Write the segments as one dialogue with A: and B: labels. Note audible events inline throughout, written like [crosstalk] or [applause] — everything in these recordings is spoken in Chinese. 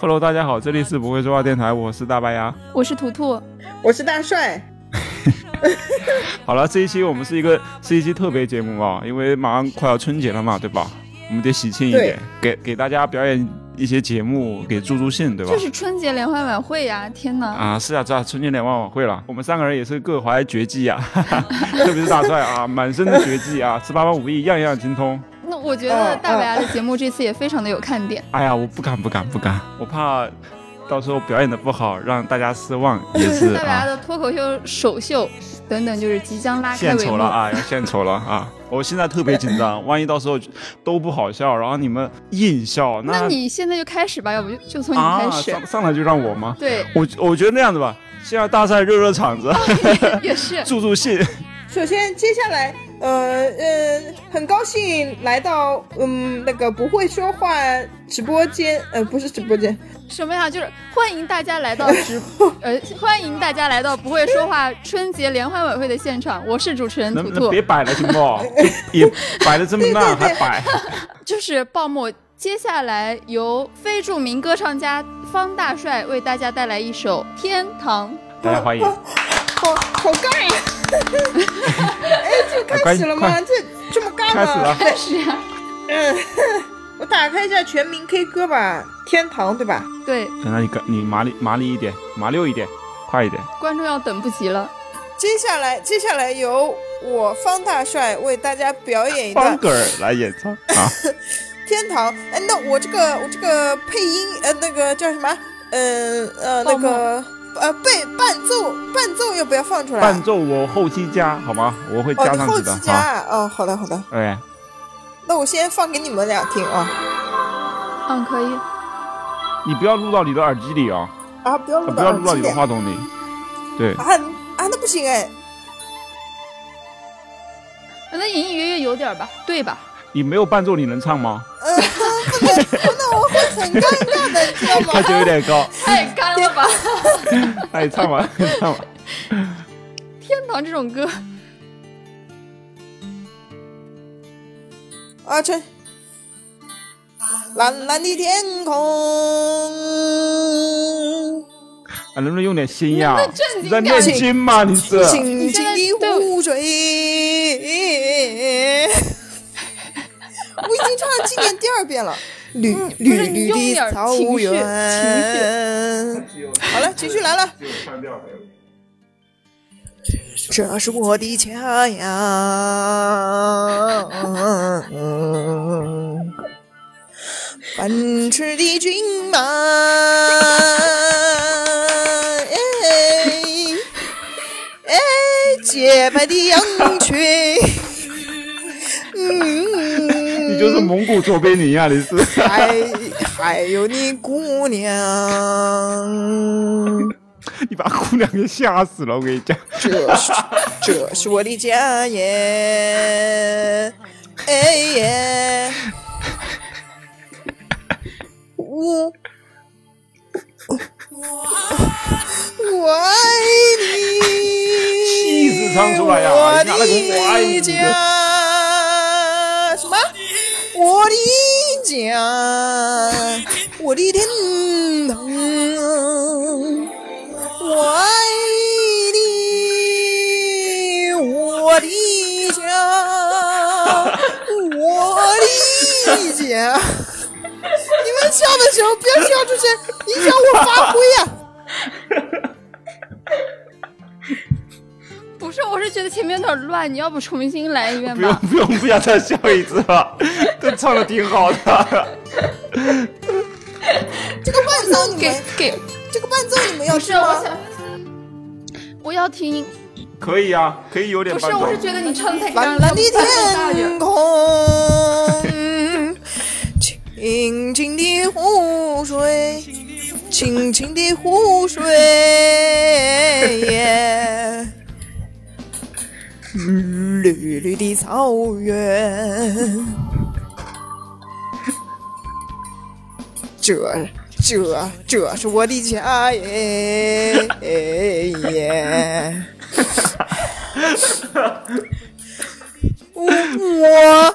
A: Hello，大家好，这里是不会说话电台，我是大白牙。
B: 我是图图，
C: 我是大帅，
A: 好了，这一期我们是一个是一期特别节目啊，因为马上快要春节了嘛，对吧？我们得喜庆一点，给给大家表演一些节目，给助助兴，对吧
B: 就？是春节联欢晚会呀！天哪，
A: 啊，是啊，这啊春节联欢晚会了，我们三个人也是各怀绝技啊， [laughs] 哈哈特别是大帅啊，满身的绝技啊，十八般武艺样样精通。
B: 那我觉得
C: 嗯
B: 大白牙的节目这次也非常的有看点。
A: 哎呀，我不敢不敢不敢，我怕到时候表演的不好让大家失望，也是
B: [laughs] 大白牙
A: 啊，
B: 的脱口秀首秀等等，就是即将拉开
A: 献
B: 帷
A: 丑
B: 幕
A: 了。啊，要献丑了啊！我现在特别紧张，万一到时候都不好笑，然后你们硬笑，
B: 那你现在就开始吧，要不就就从你
A: 啊
B: 开始。
A: 上上来就让我吗？
B: 对，
A: 我我觉得那样子吧，先让大赛热热场
C: 啊
A: 子，
B: 也是。
A: [laughs] 助助兴。
C: 首先，接下来，呃呃，很高兴来到嗯那个不会说话直播间，呃，不是直播间，
B: 什么呀？就是欢迎大家
C: [laughs]
B: 来到直，呃，欢迎大家来到不会说话春节联欢晚会的现场。我是主持人
A: 能
B: 图
A: 不能
B: 图
A: 别，摆了行
C: [laughs]
A: 不？也摆的这么烂还摆，
B: 就是报幕。接下来由非著名歌唱家方大帅为大家带来一首《天堂》。 [laughs]
A: 大家欢
C: [laughs]
A: 迎。
C: 好
A: [laughs]
C: 好尬呀！哎，这个开始了吗？
A: 哎快
C: 这这么尬
A: 开始
C: 吗
A: 了？
B: 开始啊，
C: 嗯， [laughs] 我打开一下全民 K 歌吧，天堂对吧？
B: 对，
A: 那你跟你麻利麻利一点，麻溜一点，快一点。
B: 观众要等不及了。
C: 接下来，接下来由我方大帅为大家表演一段
A: 方格尔来演
C: [laughs]
A: 唱啊！
C: 天堂。哎，那我这个我这个配音呃那个叫什么？嗯呃
B: 报
C: 那
B: 幕
C: 个呃被伴奏伴奏要不要放出来？
A: 伴奏我后期加好吗？我会
C: 哦，
A: 加
C: 你
A: 上
C: 后
A: 去
C: 期
A: 的
C: 加
A: 啊。
C: 啊哦，好的好的，
A: 哎，
C: 那我先放给你们俩听啊
B: 嗯，可以。
A: 你不要录到你的耳机里啊，
C: 啊，不要录
A: 不
C: 到
A: 要录到
C: 耳机
A: 你的
C: 里啊
A: 话筒里。对，
C: 啊，那不行哎，
B: 那隐隐约约有点儿吧，对吧？
A: 你没有伴奏你能唱吗？
C: 呃， [laughs] 不能，那我会很尴尬的，你知道吗？
A: 要求有点高，
B: 太干了吧！
A: 那你唱吧，唱吧。
B: [laughs] 天堂这种歌，
C: 啊，这蓝蓝的天空，
A: 啊，能不能用点心呀
B: 能不能正？经
A: 你在
B: 点
A: 念经吗？你是？
C: 静静的湖水。我已经唱了今年第二遍了，绿
B: 嗯不是
C: 绿
B: 你
C: 绿
B: 用一点
C: 的
B: 儿
C: 草
B: 情绪
C: 原。好了，情绪来了。这是我的家呀，奔驰的骏马。哎哎，洁白的羊群，嗯，
A: 你就是蒙古卓别林呀，你是？ [laughs]
C: 还还有你姑娘，
A: 你把姑娘给吓死了，我跟你讲。
C: 这是这是我的家耶，哎耶，我我爱你，
A: 气势唱出来呀
C: 我
A: 拿了个我爱你
C: 的
A: 的
C: 家什么？我的家，我的天堂，我爱你，我的家，我的家。你们笑的时候不要笑出声，影响我发挥呀、
B: 不是，我是觉得前面有点乱，你要不重新来一遍
A: 不用
B: 吧？
A: 不用，不想再笑一次了， [laughs] 这唱的挺好的。 [laughs]
C: 这个伴奏你
B: 给
C: 们，
B: 给，
C: 这个伴奏你们要
B: 不是，
C: 听吗
B: 我？想，我要听，
A: 可以啊，可以有点
B: 不
A: 伴
B: 是，
A: 奏
B: 我是。觉得你唱的太干
C: 蓝
B: 了，
C: 蓝的
B: 大点
C: 天空，清清的湖水，清清的湖水。绿绿绿的草原。这这这是我的家耶！耶我我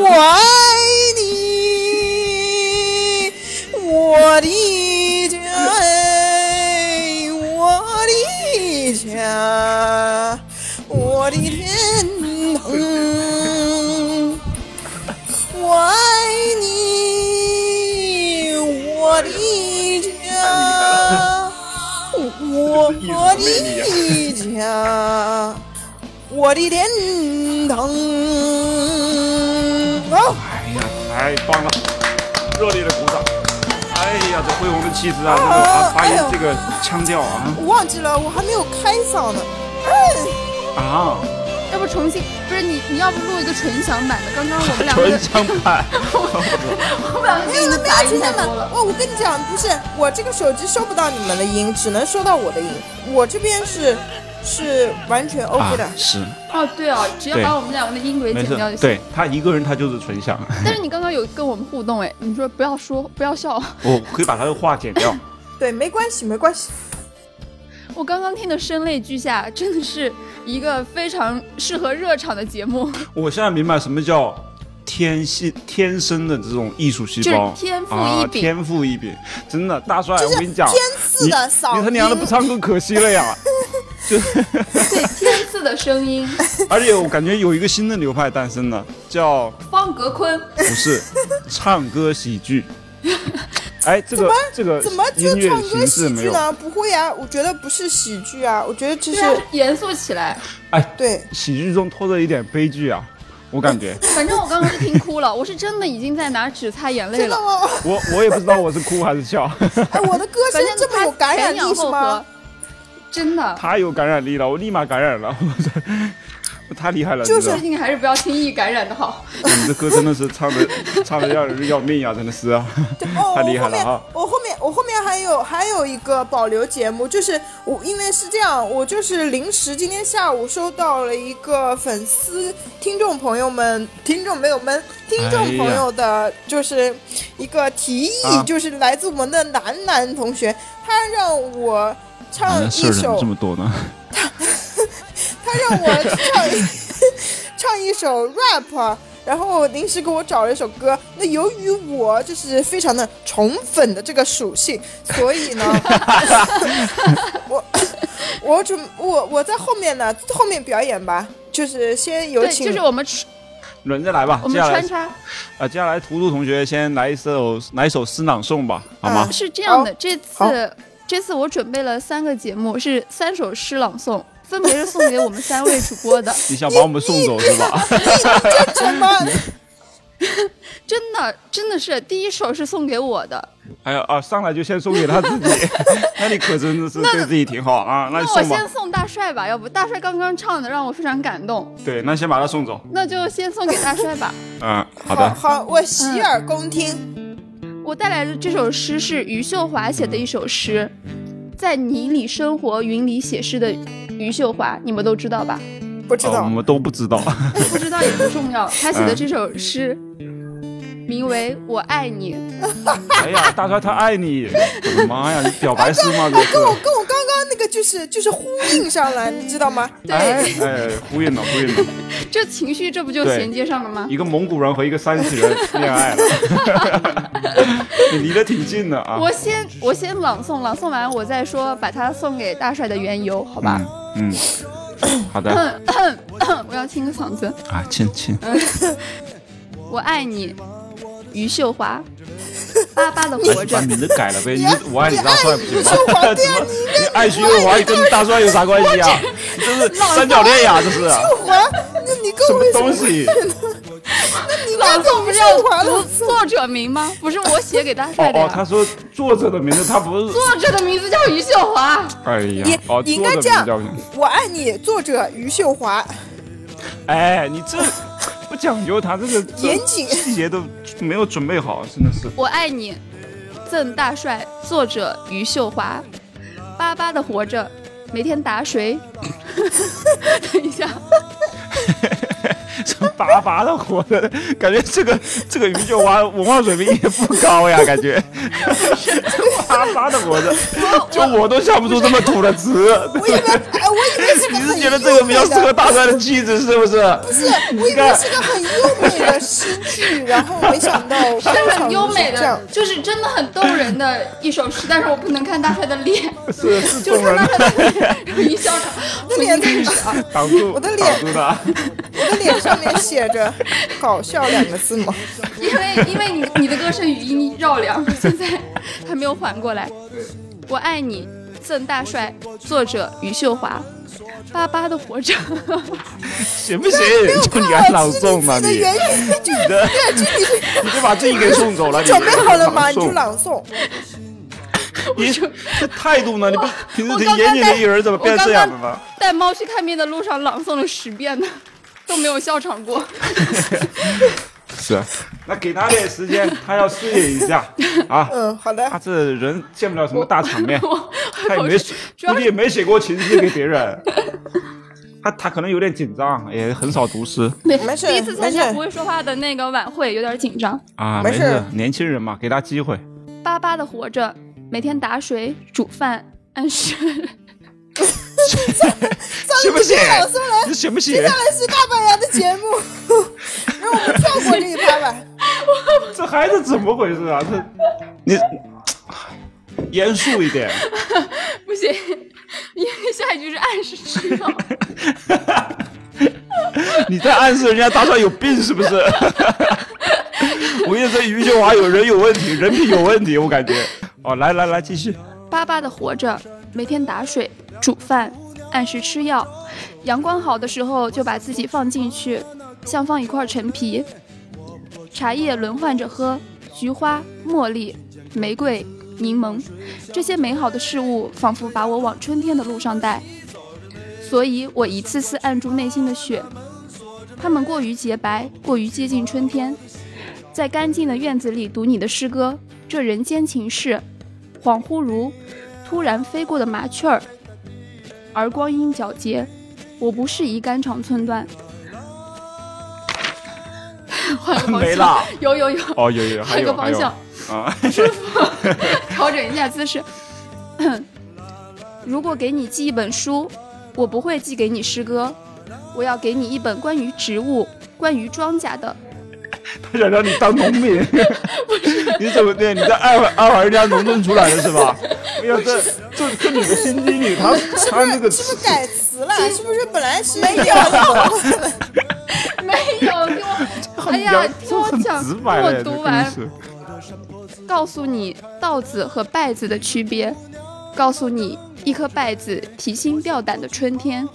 C: 我爱你，我的家，我的家，我的天堂。我爱你，我的家，我我的家，我的天堂。好，
A: 哎呀，太棒了！热烈的鼓掌！哎呀，这恢宏的气质啊，这种啊发
C: 哎
A: 音
C: 呦，
A: 这个腔调啊
C: 我忘记了，我还没有开嗓呢。
A: 啊，
B: 要不重新？不是你，你要不录一个纯享版的？刚刚我们两个
A: [laughs] 纯享版。
B: 我们两个
C: 没有
B: 音
C: 了，
B: 的
C: 没
B: 杂
C: 有，
B: 音
C: 群
B: 太
C: 友
B: 多
C: 们
B: 了，。
C: 我我跟你讲，不是我这个手机收不到你们的音，只能收到我的音。我这边是是完全 OK 的。
A: 啊是，
B: 哦，对哦，只要
A: 对
B: 把我们两个的音轨
A: 没
B: 剪
A: 事
B: 掉就，行。
A: 对他一个人他就是纯享，
B: 但是你刚刚有跟我们互动哎，你说不要说，不要笑。
A: [laughs] 我可以把他的话剪掉。
C: 对，没关系，没关系。
B: 我刚刚听的声泪俱下，真的是一个非常适合热场的节目，
A: 我现在明白什么叫天性天生的这种艺术细胞，
B: 就是天赋
A: 啊
B: 异禀
A: 天赋异禀，真的，大帅，我跟你讲，
C: 天赐的嗓
A: 你你他娘的不
C: 音
A: 唱歌可惜了呀！
B: [laughs] 对天赐的声音，
A: 而且我感觉有一个新的流派诞生了，叫
B: 方格坤，
A: 不是唱歌喜剧。哎，这个这个
C: 怎么就
A: 音乐
C: 唱歌
A: 形
C: 喜
A: 式没
C: 剧
A: 有？
C: 呢？不会啊，我觉得不是喜剧啊，我觉得这
B: 对啊
C: 是，
B: 严肃起来。
A: 哎，
C: 对。
A: 喜剧中拖着一点悲剧啊，我感觉
B: 反正我刚刚是听哭了，我是真的已经在拿纸擦眼泪
C: 真的
B: 了。
C: 吗？
A: 我我也不知道我是哭还是 [laughs] 笑，
C: 哎，我的歌声
B: 反正
C: 这么有
B: 他
C: 感染
B: 前
C: 力
B: 仰
C: 是
B: 后
C: 吗
B: 合？，真的，
A: 他有感染力了，我立马感染了， [laughs] 太厉害了，
C: 就是
A: 真
B: 最
A: 的
B: 近还是不要轻易感染的好。
A: 你这歌真的是唱的唱的要人要命啊，真的是啊，
C: 哦，
A: 太厉害
C: 我
A: 了
C: 后面
A: 啊！
C: 我后面我后面还有还有一个保留节目，就是我因为是这样，我就是临时今天下午收到了一个粉丝听众朋友们、听众朋友们、听众朋友的，就是一个提议，
A: 哎啊
C: 就是来自我们的楠楠同学，他让我唱一首
A: 多呢？
C: 他让我唱一 [laughs] 唱一首 rap，然后临时给我找了一首歌。那由于我就是非常的宠粉的这个属性，所以呢， [laughs] 我我准我我在后面呢，后面表演吧，就是先有
B: 对，
C: 请
B: 就是我们吃
A: 轮着来吧，
B: 我
A: 接
B: 们
A: 下来
B: 穿插
A: 啊，接下来图图同学先来一首来一首诗朗诵吧，好吗
C: 啊？
B: 是这样的，
C: 好
B: 这次这次我准备了三个节目，是三首诗朗诵，分别是送给我们三位主播的。
A: 你想把我们送走是吧？
C: 什么？
B: 真的，真的是第一首是送给我的，
A: [laughs] 哎呀啊，上来就先送给他自己，那你可真的是对自己挺好啊。那你
B: 那我
A: 送
B: 先
A: 吧，
B: 送大帅吧，要不大帅刚刚唱的让我非常感动，
A: 对，那先把他送走。
B: 那就先送给大帅吧。 [laughs]
A: 嗯， [laughs] 好
C: 好
A: 的，
C: 好，我洗耳恭听。
B: 我带来的这首诗是余秀华写的一首诗，在泥里生活，云里写诗的余秀华，你们都知道吧？
C: 不知
A: 哦我
C: 道，
A: 们都不知道。
B: 不知道也不重
A: [laughs]
B: 要。他写的这首诗名为《我爱你》，
A: 哎呀，大帅他爱你，我的妈呀，你表白是吗？这
C: [laughs] 跟我
A: 是。
C: 跟我刚刚那个就是就是呼应上了，你知道
A: [laughs]
C: 吗？
A: 哎
B: 对，
A: 哎，呼应了，呼应了，
B: 这情绪这不就
A: 对
B: 衔接上了吗？
A: 一个蒙古人和一个山西人恋爱了，你离得挺近的啊。
B: 我先我先朗诵，朗诵完我再说把它送给大帅的缘由，好吧？
A: 嗯，好的嗯
B: [laughs] 我要清个嗓子。
A: 啊，亲亲。
B: 我爱你，余秀 [laughs] 华，巴巴的活着
A: 把。名字改了哎呗，你
C: 爱
A: 我爱你大帅不行吗？
C: 你爱我对啊
A: 怎么你爱徐若华跟大帅有啥关系啊？你这是三角恋呀，这是什 [laughs]
C: 我，那你跟我
A: 么
C: 为什么
A: 东？西？
C: 你
B: 朗
C: 跟
B: 诵
C: 我
B: 不
C: 不
B: 是
C: 是
B: 要
C: 完了
B: 读？作者名吗？不是我写给大
A: 哦
B: 帅的
A: 哦，
B: 呀。
A: 他说作者的名字，他不是。
B: 作者的名字叫余秀华。
A: 哎呀
C: 你，
A: 哦，
C: 你应
A: 作
C: 该
A: 者
C: 这
A: 名
C: 样
A: 叫。，
C: 我爱你，作者余秀华。
A: 哎，你
C: [laughs]
A: 这不讲究，他这个这
C: 严谨
A: 细节都没有准备好，真的是。
B: 我爱你，赠大帅，作者余秀华。巴巴的活着，每天打水， [laughs] 等一下，
A: 这拔拔的活的，感觉这
C: [laughs]
A: 个这个余秀华文化水平也不高呀，感觉拔拔的活的，就我都想不出这么土的词。
C: 我
A: [laughs]
C: 以为，哎，我以为是个
A: 你
C: 很
A: 是觉得这个比较适合
C: 优美的
A: 大帅的气质是不是？
C: 不是，我以为是个很优美的诗句，然后没想到非
B: 是
C: 常
B: 很优美
C: 这样
B: 的，就是真的很逗人的一首诗，但是我不能看大帅的
A: [laughs]
B: 脸，
A: 是是
B: 就
A: 动
B: 看
A: 人
B: 大
A: 的，
B: 帅的脸，然后一笑场，
C: 我的脸
B: 重新开始啊，
A: 挡住
C: 我的
A: 挡住
C: 脸
A: 的。
C: 我的脸上面写着“搞笑”两个字吗？
B: 因为因为你你的歌声语音绕梁， [laughs] 现在还没有缓过来。我爱你，赠大帅，作者余秀华。巴巴的活着， [laughs]
A: 行不行？就你还
C: 看
A: 朗
C: 啊我自己
A: 诵吧，
C: 的
A: 你
C: 原语就
A: 你的
C: 对，这你是
A: 你就把自己给送走了。你
C: 准备好了吗？
A: 朗
C: 你就
A: 诵
C: 朗诵。
A: 你这态度呢？你不平时
B: 我
A: 挺
B: 刚
A: 严
B: 刚
A: 谨的
B: 带
A: 一人，怎么变成这样子
B: 我刚
A: 了
B: 刚？带猫去看病的路上朗诵了十遍呢， [laughs] 都没有笑场过。 [laughs]
A: 是，那给他点时间，他要适应一下
B: [laughs]
A: 啊。
C: 嗯，好的
A: 他。这人见不了什么大场面，
B: [laughs] 我
A: 他也没写，
B: 主要
A: 估计也没写过情诗给别人。 [laughs] 他他可能有点紧张，也很少读诗
B: 没
C: 没事
B: 第一次参
C: 没
B: 加
C: 事
B: 不会说话的那个晚会，有点紧张。
A: 啊。
C: 没
A: 没
C: 事
A: 事，年轻人嘛，给他机会。
B: 巴巴的活着，每天打水、煮饭、按时。 [laughs]
A: 行不行
C: 这个朗诵来？
A: 这行不行
C: 接？下来是大白牙的节
A: [laughs]
C: 目，让我们跳过这一趴吧。
A: 这孩子怎么回事啊？这你严肃一点。
B: 不行，因为下一句是按时吃药。
A: [laughs] 你在暗示人家大帅有病是
B: [laughs]
A: 不是？我跟你说，余秀华有人有问题，人品有问题，我感觉。哦，来来来，继续。
B: 巴巴的活着，每天打水、煮饭、按时吃药，阳光好的时候就把自己放进去，像放一块陈皮。茶叶轮换着喝，菊花、茉莉、玫瑰、柠檬，这些美好的事物仿佛把我往春天的路上带，所以我一次次按住内心的雪，它们过于洁白，过于接近春天。在干净的院子里读你的诗歌，这人间情事，恍惚如突然飞过的麻雀儿，而光阴皎洁。我不适宜肝肠寸断。 [laughs] 换个方向
A: 没了。
B: [laughs] 有有有，
A: 哦，有有有，还
B: 换个
A: 有还
B: 方
A: 有
B: 向，
A: 啊， [laughs]
B: 调整一下姿势。 [clears throat] 如果给你寄一本书，我不会寄给你诗歌，我要给你一本关于植物、关于庄稼的。
A: 他想让你当农民。你怎么对？你在二二环人家农村出来的是
B: [laughs]
A: 吧？哎呀，这这这你的心机女，她她
B: [laughs]
A: 那个
C: 是不是改词了？是不是本来是没有
B: [laughs] 没有，听我，哎呀，听
A: [laughs]
B: 我
A: 很
B: 讲，
A: 直
B: 听
A: 白
B: 我
A: 的，
B: 读
A: 这
B: 完
A: 真，是
B: 告诉你稻子和稗子的区别，告诉你一颗稗子提心吊胆的春天。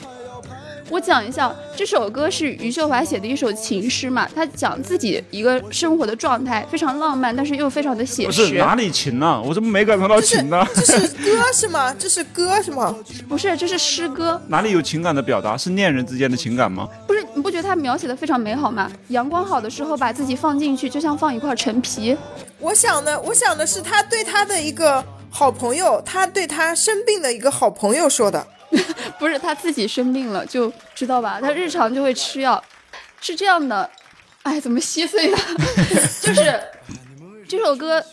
B: 我讲一下，这首歌是余秀华写的一首情诗嘛，她讲自己一个生活的状态，非常浪漫，但是又非常的写
A: 不是
B: 实。
A: 哪里情呢？我怎么没感受到情呢？ [laughs]
C: 这是歌是吗？这是歌是吗？
B: 不是，这是诗歌，
A: 哪里有情感的表达？是恋人之间的情感吗？
B: 不是你不觉得她描写的非常美好吗？阳光好的时候把自己放进去，就像放一块陈皮。
C: 我想的，我想的是他对他的一个好朋友，他对他生病的一个好朋友
A: 哦
C: 说的。
B: 不是他自己生病了，就知道吧？他日常就会吃药，是这样的。哎，怎么稀碎了？就是这首歌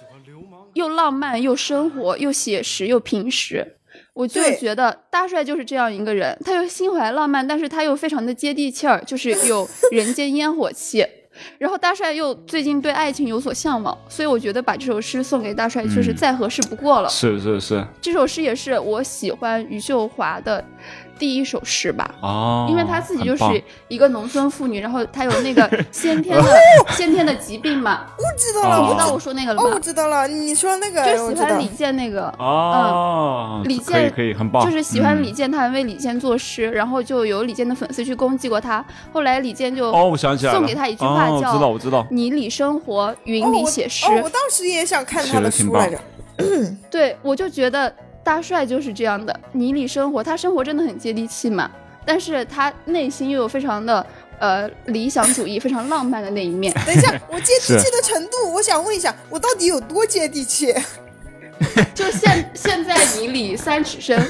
B: 又浪漫又生活又写实又平实，我就
C: 对
B: 觉得大帅就是这样一个人，他又心怀浪漫，但是他又非常的接地气儿，就是有人间烟火气。 [laughs] 然后大帅又最近对爱情有所向往，所以我觉得把这首诗送给大帅就是
A: 嗯
B: 再合适不过了。
A: 是是是，
B: 这首诗也是我喜欢余秀华的第一首诗吧，
A: 哦，
B: 因为她自己就
A: 很棒
B: 是一个农村妇女，然后她有那个
A: [laughs]
B: 先天的 [laughs] 先天的疾病嘛，
C: 我知道
A: 哦
C: 了，
B: 知
C: 我
B: 道
C: 道
B: 我说那个了
C: 哦哦，我
B: 吗？
C: 知道了，你说那个
B: 就
C: 我
B: 喜
C: 知道
B: 欢李。健那个，
A: 哦，
B: 嗯李
A: 可以
B: 健
A: 可以，很棒，
B: 就是喜欢
A: 嗯
B: 李健，他还为李健作诗，然后就有李健的粉丝去攻击过他，后来李健就
A: 哦，我想起来了，
B: 送给他一句话
A: 哦、
B: 叫
A: 我知道，我知道，
B: 你理生活，云
C: 哦，
B: 里
C: 我
B: 写诗，
C: 哦，我当时也想看他
A: 写得
C: 的
A: 挺
C: 书
A: 棒
C: 来着。
B: 对我就觉得大帅就是这样的，泥里生活，他生活真的很接地气嘛，但是他内心又有非常的呃理想主义、非常浪漫的那一面。
A: [laughs]
C: 等一下，我接地
A: 是
C: 气的程度，我想问一下，我到底有多接地气？
B: 就
A: [laughs]
B: 现现在你里三尺深，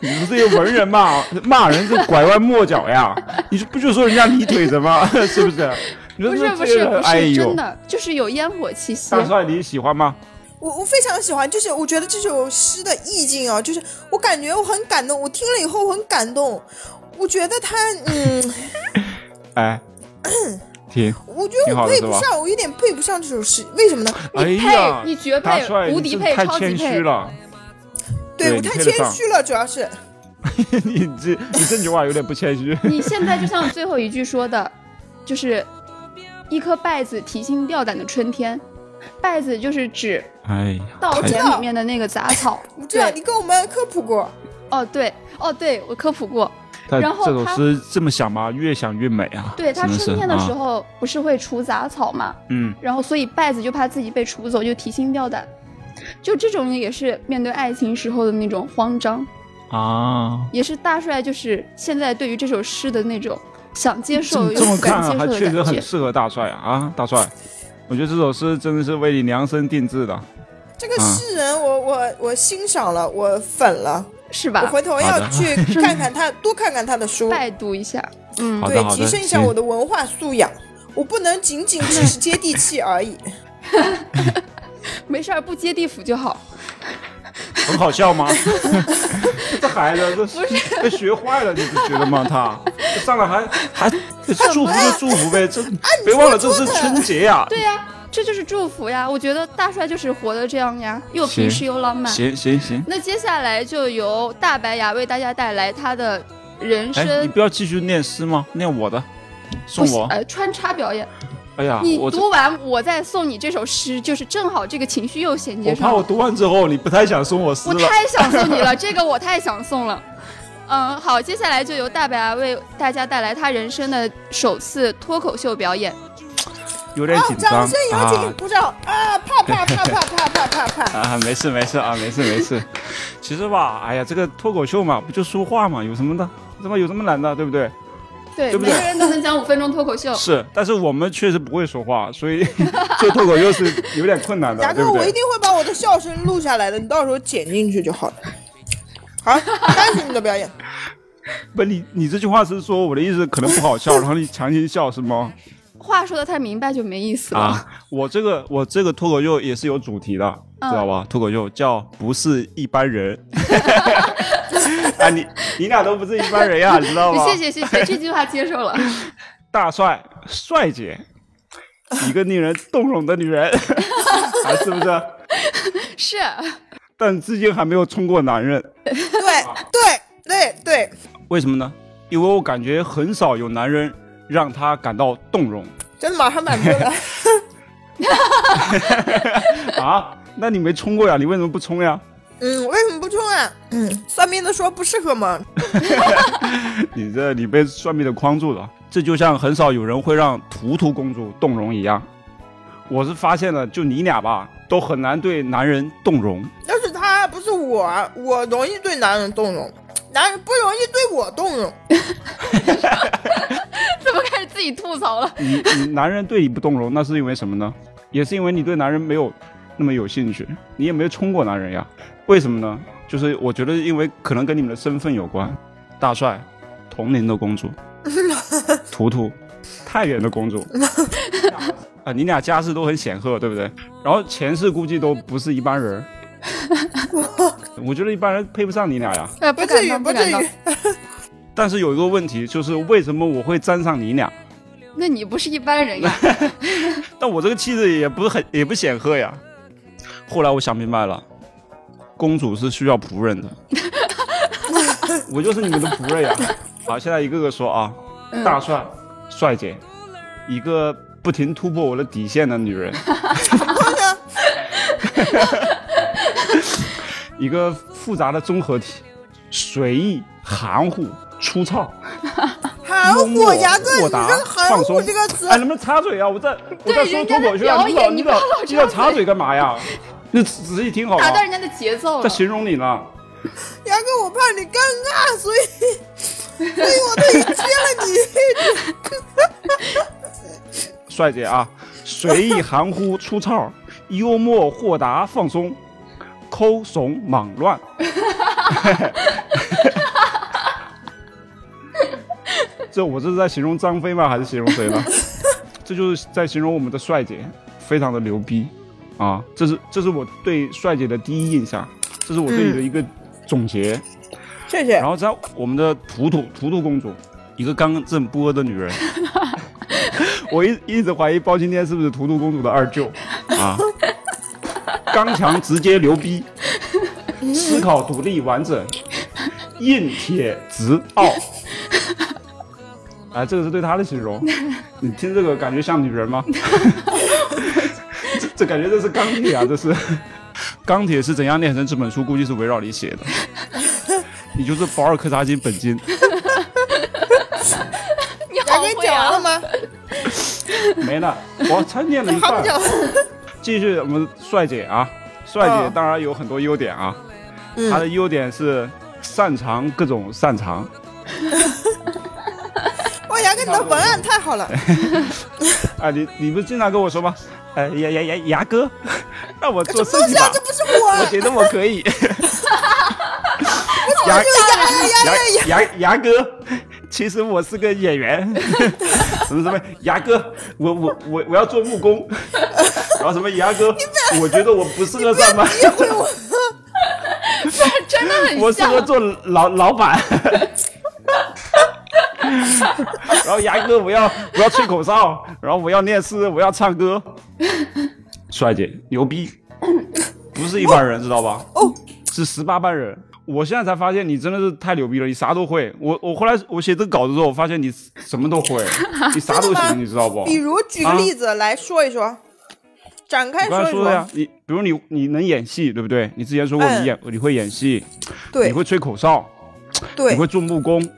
A: 你们这些文人嘛， [laughs] 骂人是拐弯抹角呀！你不就说人家泥腿子吗？ [laughs] 是不是？你说
B: 不是
A: 这
B: 不是
A: 人
B: 不
A: 哎
B: 是，
A: 呦
B: 真的就是有烟火气息。
A: 大帅，你喜欢吗？
C: 我我非常喜欢，就是我觉得这首诗的意境啊，就是我感觉我很感动，我听了以后我很感动。我觉得他，嗯，
B: [clears throat]
A: 哎，停！
C: 我觉得
A: 挺好
C: 我
A: 的
C: 配
A: 是
C: 不
A: 吧
C: 上，我有点配不上这首诗，为什么呢？
A: 哎
B: 你
A: 呀
B: 配，，你绝
A: 大
B: 配，
A: 帅，
B: 无
A: 你
B: 敌
A: 这
B: 配，
A: 太
B: 超级
A: 谦虚
B: 配。
A: 了。 [laughs]
C: 对
A: 对
C: 我
A: 你
C: 太
A: 配得
C: 谦
A: 上
C: 虚了，主要是
A: 你这你这句话有点不谦虚。
B: 你现在就像最后一句说的，就是一颗稗子提心吊胆的春天。稗子就是指
A: 哎呀，
B: 稻
A: 太
B: 田里面的那个杂草。
C: 我知道
B: 对
C: 你跟我们科普过，
B: 哦，对，哦，对，我科普过，
A: 但
B: 然后
A: 这首
B: 他
A: 诗这么想吧，越想越美啊。
B: 对，它
A: 真是
B: 春天的时，
A: 啊
B: 候不是会除杂草嘛，
A: 嗯，
B: 然后所以稗子就怕自己被除走，就提心吊胆。就这种也是面对爱情时候的那种慌张，
A: 啊，
B: 也是大帅就是现在对于这首诗的那种想接受
A: 这
B: 又
A: 这么
B: 不敢
A: 看
B: 接
A: 啊还确
B: 受
A: 实
B: 的感
A: 很
B: 觉。
A: 适合大帅啊啊，大帅，我觉得这首诗真的是为你量身定制的。
C: 这个
A: 嗯
C: 诗人我我我欣赏了，我粉了，
B: 是
C: 我
B: 吧？
C: 回头
A: 啊好
C: 要
A: 的
C: 去
A: [laughs]
C: 看看他，多看看他的书，
B: 拜读一下，嗯
A: 好，的
C: 对，
A: 好的，
C: 提升一下
A: 行
C: 我的文化素养。我不能仅仅只是接地气
A: [laughs]
C: 而已。
B: 没事儿，不接地府就好。
A: 很好笑吗？这孩子这这学坏了，你不觉得吗？他这上来还还祝福就祝福呗，这别忘了这是春节呀。
B: 对呀、这就是祝福呀。我觉得大帅就是活的这样呀，又
A: 行
B: 平实又浪漫。
A: 行行行，
B: 那接下来就由大白牙为大家带来他的人
A: 哎，你
B: 生
A: 不要继续念诗吗？念我的，
B: 不
A: 送
B: 行
A: 我。
B: 呃穿插表演。
A: 哎呀，
B: 你
A: 我这
B: 读完，我再送你这首诗，就是正好这个情绪又衔接
A: 我
B: 上
A: 怕
B: 了。
A: 我读完之后你不太想送我诗
B: 我
A: 了。
B: 太想送
A: [laughs]
B: 你了，这个我太想送了。嗯，好，接下来就由大白牙为大家带来他人生的首次脱口秀表演。
A: 有点紧张
C: 啊掌声有请鼓掌
A: [laughs]
C: 啊！啪啪啪啪啪啪啪啪！
A: 啊，没事没事啊，没事没事。其实吧，哎呀，这个脱口秀嘛，不就说话嘛，有什么的，他妈有这么难的，对不对？
B: 对，
A: 对不
B: 每
A: 对
B: 个人都能讲五分钟脱口秀。
A: 是，但是我们确实不会说话，所以做脱口秀是有点困难的，
C: 牙
A: 对
C: 哥，
A: 不
C: 我一
A: 对？
C: 定会把我的笑声录下来的，你到时候剪进去就好了。
A: [laughs]
C: 好，开始你的表演。
A: 不，你你这句话是说我的意思可能不好笑，然后你强行笑是吗？
B: 话说的太明白就没意思了。
A: 啊，我这个我这个脱口秀也是有主题的，
B: 嗯
A: 知道吧？脱口秀叫不是一般人。啊，你你俩都不是一般人呀，你知道
B: [laughs]
A: 吗？
B: 谢谢谢谢，这句话接受了。
A: [laughs] 大帅帅姐，一个令人动容的女人， [laughs] 啊，是不是？
B: 是， [laughs]
A: 但至今还没有冲过男人，
C: 对对对对，
A: 为什么呢？因为我感觉很少有男人让她感到动容
C: 真的马上满足了。
A: 啊。那你没冲过呀？你为什么不冲呀？
C: 嗯，为什么不冲啊？嗯，算命的说不适合嘛。
A: 你这你被算命的框住了。这就像很少有人会让图图公主动容一样。我是发现了，就你俩吧，都很难对男人动容。
C: 要是他不是我，我容易对男人动容，男人不容易对我动容。
B: 怎么开始自己吐槽了？
A: 你你男人对你不动容，那是因为什么呢？也是因为你对男人没有那么有兴趣，你也没有冲过男人呀。为什么呢？就是我觉得，因为可能跟你们的身份有关。大帅，同龄的公主，图图，太原的公主，啊，你俩家世都很显赫，对不对？然后前世估计都不是一般人儿。我觉得一般人配不上你俩呀。
B: 呃，
C: 不
B: 不
C: 至
B: 敢
C: 于，
B: 当，
C: 不
B: 不
C: 至
B: 敢当
C: 于。。
A: 但是有一个问题，就是为什么我会沾上你俩？
B: 那你不是一般人呀？
A: 但我这个气质也不是很也不显赫呀。后来我想明白了，公主是需要仆人的，我就是你们的仆人呀。好，现在一个个说啊，大帅、帅姐，一个不停突破我的底线的女人， [laughs] 一个复杂的综合体，随意、含糊、粗糙。
C: 含糊，
A: 默
C: 哎牙哥，你
A: 豁达
C: 这个含
A: 放
C: 糊
A: 松
C: 这个词
A: 哎，，能不能插嘴啊？我在我在
B: 对
A: 说
B: 人家
A: 脱
B: 在
A: 口秀啊，
B: 表
A: 你老
B: 演
A: 你
B: 你
A: 老
B: 不要老
A: 你老
B: 插
A: 插
B: 嘴
A: 嘴干嘛
B: [laughs]
A: 呀？你仔仔细 [laughs] 听好
B: 打
A: 吗？
B: 断人家的节奏
A: 在
B: 了。
A: 形容你呢。
C: 牙哥，我怕你尴尬，所以所以我特意接了你。
A: 帅姐啊，随意、含糊、粗糙，幽默、豁达、放松，抠怂、莽乱。 [laughs] 这我这是在形容张飞吗？还是形容谁呢？这就是在形容我们的帅姐，非常的牛逼啊！这是这是我对帅姐的第一印象，这是我对你的一个总结。
C: 谢谢
A: 然。后在我们的图图图图公主，一个刚正不阿的女人，我一一直怀疑包青天是不是图图公主的二舅啊，刚强直接牛逼，思考独立完整，硬铁直傲。哎，这个是对她的形容，你听这个感觉像女人吗？ [laughs] 这这感觉这是钢铁啊，这是钢铁是怎样炼成这本书，估计是围绕你写的。你就是保尔柯察金本
C: [laughs]
A: 金，
B: 你
C: 还
B: 好
C: 给
B: 会
C: 讲了
B: 啊！
C: 吗？
A: 没了，我才念了一
C: 还
A: 半
C: 不。讲？
A: 继续我们帅姐啊，帅姐
C: 嗯
A: 当然有很多优点啊，她的优点是擅长各种擅长，
C: 我牙哥，你的文案太好了。
A: 啊，你你不是经常跟我说吗？呃，牙牙牙牙哥， [laughs] 让我做设
C: 不
A: 计
C: 是啊
A: 吧，，
C: 这不是我，
A: 我觉得我可
C: [laughs]
A: 以。牙
C: 啊牙牙牙，
A: 牙牙牙哥，其实我是个演员， [laughs] 什么什么牙哥，我我我我要做木工， [laughs] 然后什么牙哥，我觉得我不适合上班，
C: 诋毁我。
B: 真的
A: 我
B: 很
A: 适合
B: 像，
A: 做老老板。 [laughs] 然后牙哥，我要我要吹口哨，然后我要念诗，我要唱歌。帅姐牛逼，不是一般人，知道吧？
C: 哦，
A: 是十八般人。我现在才发现你真的是太牛逼了，你啥都会。我我后来我写这个稿子之后，我发现你什么都
C: [laughs]
A: 会，你啥都
C: 真的吗
A: 行，你知道不？
C: 比如举个例子来说一说，展开
A: 我刚
C: 说
A: 才
C: 一
A: 说的呀，啊你比如你你能演戏，对不对？你之前说过
C: 嗯
A: 你演、你会演戏，你
C: 对
A: 会吹口哨，你
C: 对
A: 会，做木工，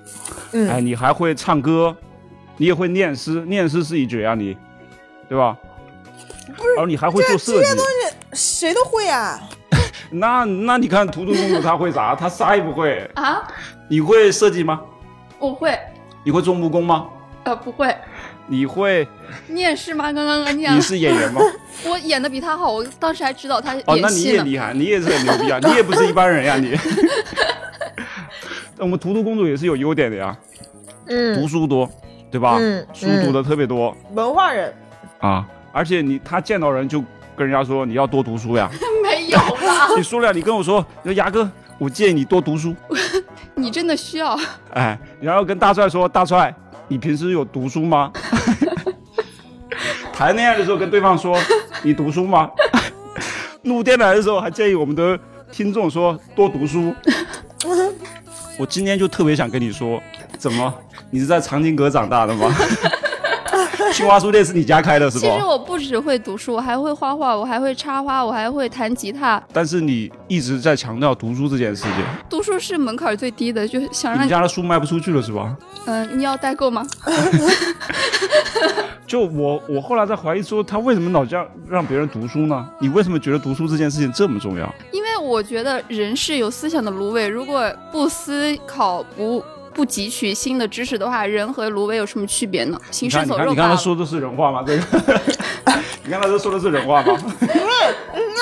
C: 嗯
A: 哎，你还会唱歌，你也会念诗，念诗是一绝啊，你，对吧？然后你还会做设计，
C: 谁都会啊。
A: 那那你看图图公主她会
C: [laughs]
A: 啥？她啥也不会。
B: 啊，
A: 你会设计吗？
B: 我会，
A: 你会做木工吗？
B: 呃，不会。
A: 你会？
B: 你也是吗？刚刚刚念
A: 你
B: 了，
A: 是演
C: [laughs]
A: 员吗？
B: 我演的比他好，我当时还指导他
A: 哦，那
B: 演
A: 你
B: 戏
A: 也
B: 呢。
A: 厉害，你也是很牛逼
C: [laughs]
A: 啊，你也不是一般人呀、你。我们图图公主也是有优点的呀，
C: 嗯
A: 读书多，对吧？
C: 嗯
A: 书读的特别多、
C: 文化人，
A: 啊，而且你她见到人就跟人家说你要多读书呀，
B: [laughs] 没有
A: [laughs]
B: 啦，
A: 你输了，你跟我说，你说牙哥，我建议你多读书。
B: 你真的需要。
A: 哎，然后跟大帅说，大帅，你平时有读书吗？ [laughs] 谈恋爱的时候跟对方说，你读书吗？ [laughs] 录电台的时候还建议我们的听众说多读书。我今天就特别想跟你说，怎么你是在藏经阁长大的吗？ [laughs] 青蛙书店是你家开的是
B: 其实
A: 不？
B: 我不只会读书，我还会画画，我还会插花，我还会弹吉他。
A: 但是你一直在强调读书这件事情，
B: 读书是门槛最低的，就
A: 你
B: 想让
A: 们
B: 你，
A: 家的书卖不出去了是吧？
B: 嗯、你要代购吗？
A: 就我，我后来在怀疑说，他为什么老这样让别人读书呢？你为什么觉得读书这件事情这么重要？
B: 因为我觉得人是有思想的芦苇，如果不思考不。不汲取新的知识的话，人和芦苇有什么区别呢？
A: 你
B: 行尸
A: 看，你
B: 走
A: 看，
B: 肉
A: 你
B: 罢
A: 看
B: 了
A: 他。说的是人话吗？这个， [laughs] 你看他这说的是人话吗？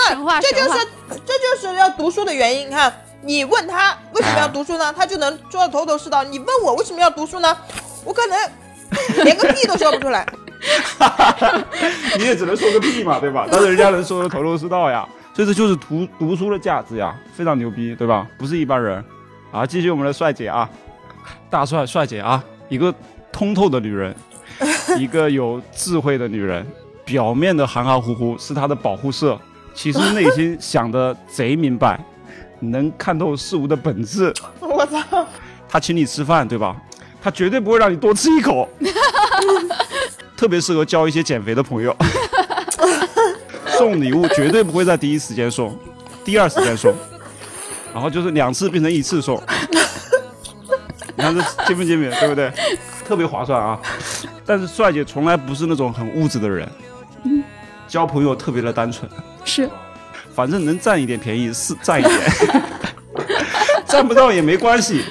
B: 神话，
C: 这就
B: 神话
C: 是这就是要读书的原因。你看，你问他为什么
A: 啊
C: 要读书呢，他就能说的头头是道。你问我为什么要读书呢，我可能 [laughs] 连个屁都说不出来。
A: [laughs] 你也只能说个屁嘛，对吧？但是人家能说的头头是道 [laughs] 呀，所以这就是读读书的价值呀，非常牛逼，对吧？不是一般人。啊，继续我们的帅姐啊，大帅帅姐啊，一个通透的女 [laughs] 人，一个有智慧的女人，表面的含含糊糊是她的保护色，其实内心想的贼明白，能看透事物的本质。
C: [laughs] 我操！
A: 他请你吃饭，对吧？他绝对不会让你多吃一口，特别适合交一些减肥的朋友。 [laughs] 送礼物绝对不会在第一时间送，第二时间送，然后就是两次变成一次送。你看这精不精明，对不对？特别划算啊！但是帅姐从来不是那种很物质的人，交朋友特别的单纯。 [laughs]
B: 是
A: 反正能占一点便宜是占一点， [laughs] 占不到也没关系，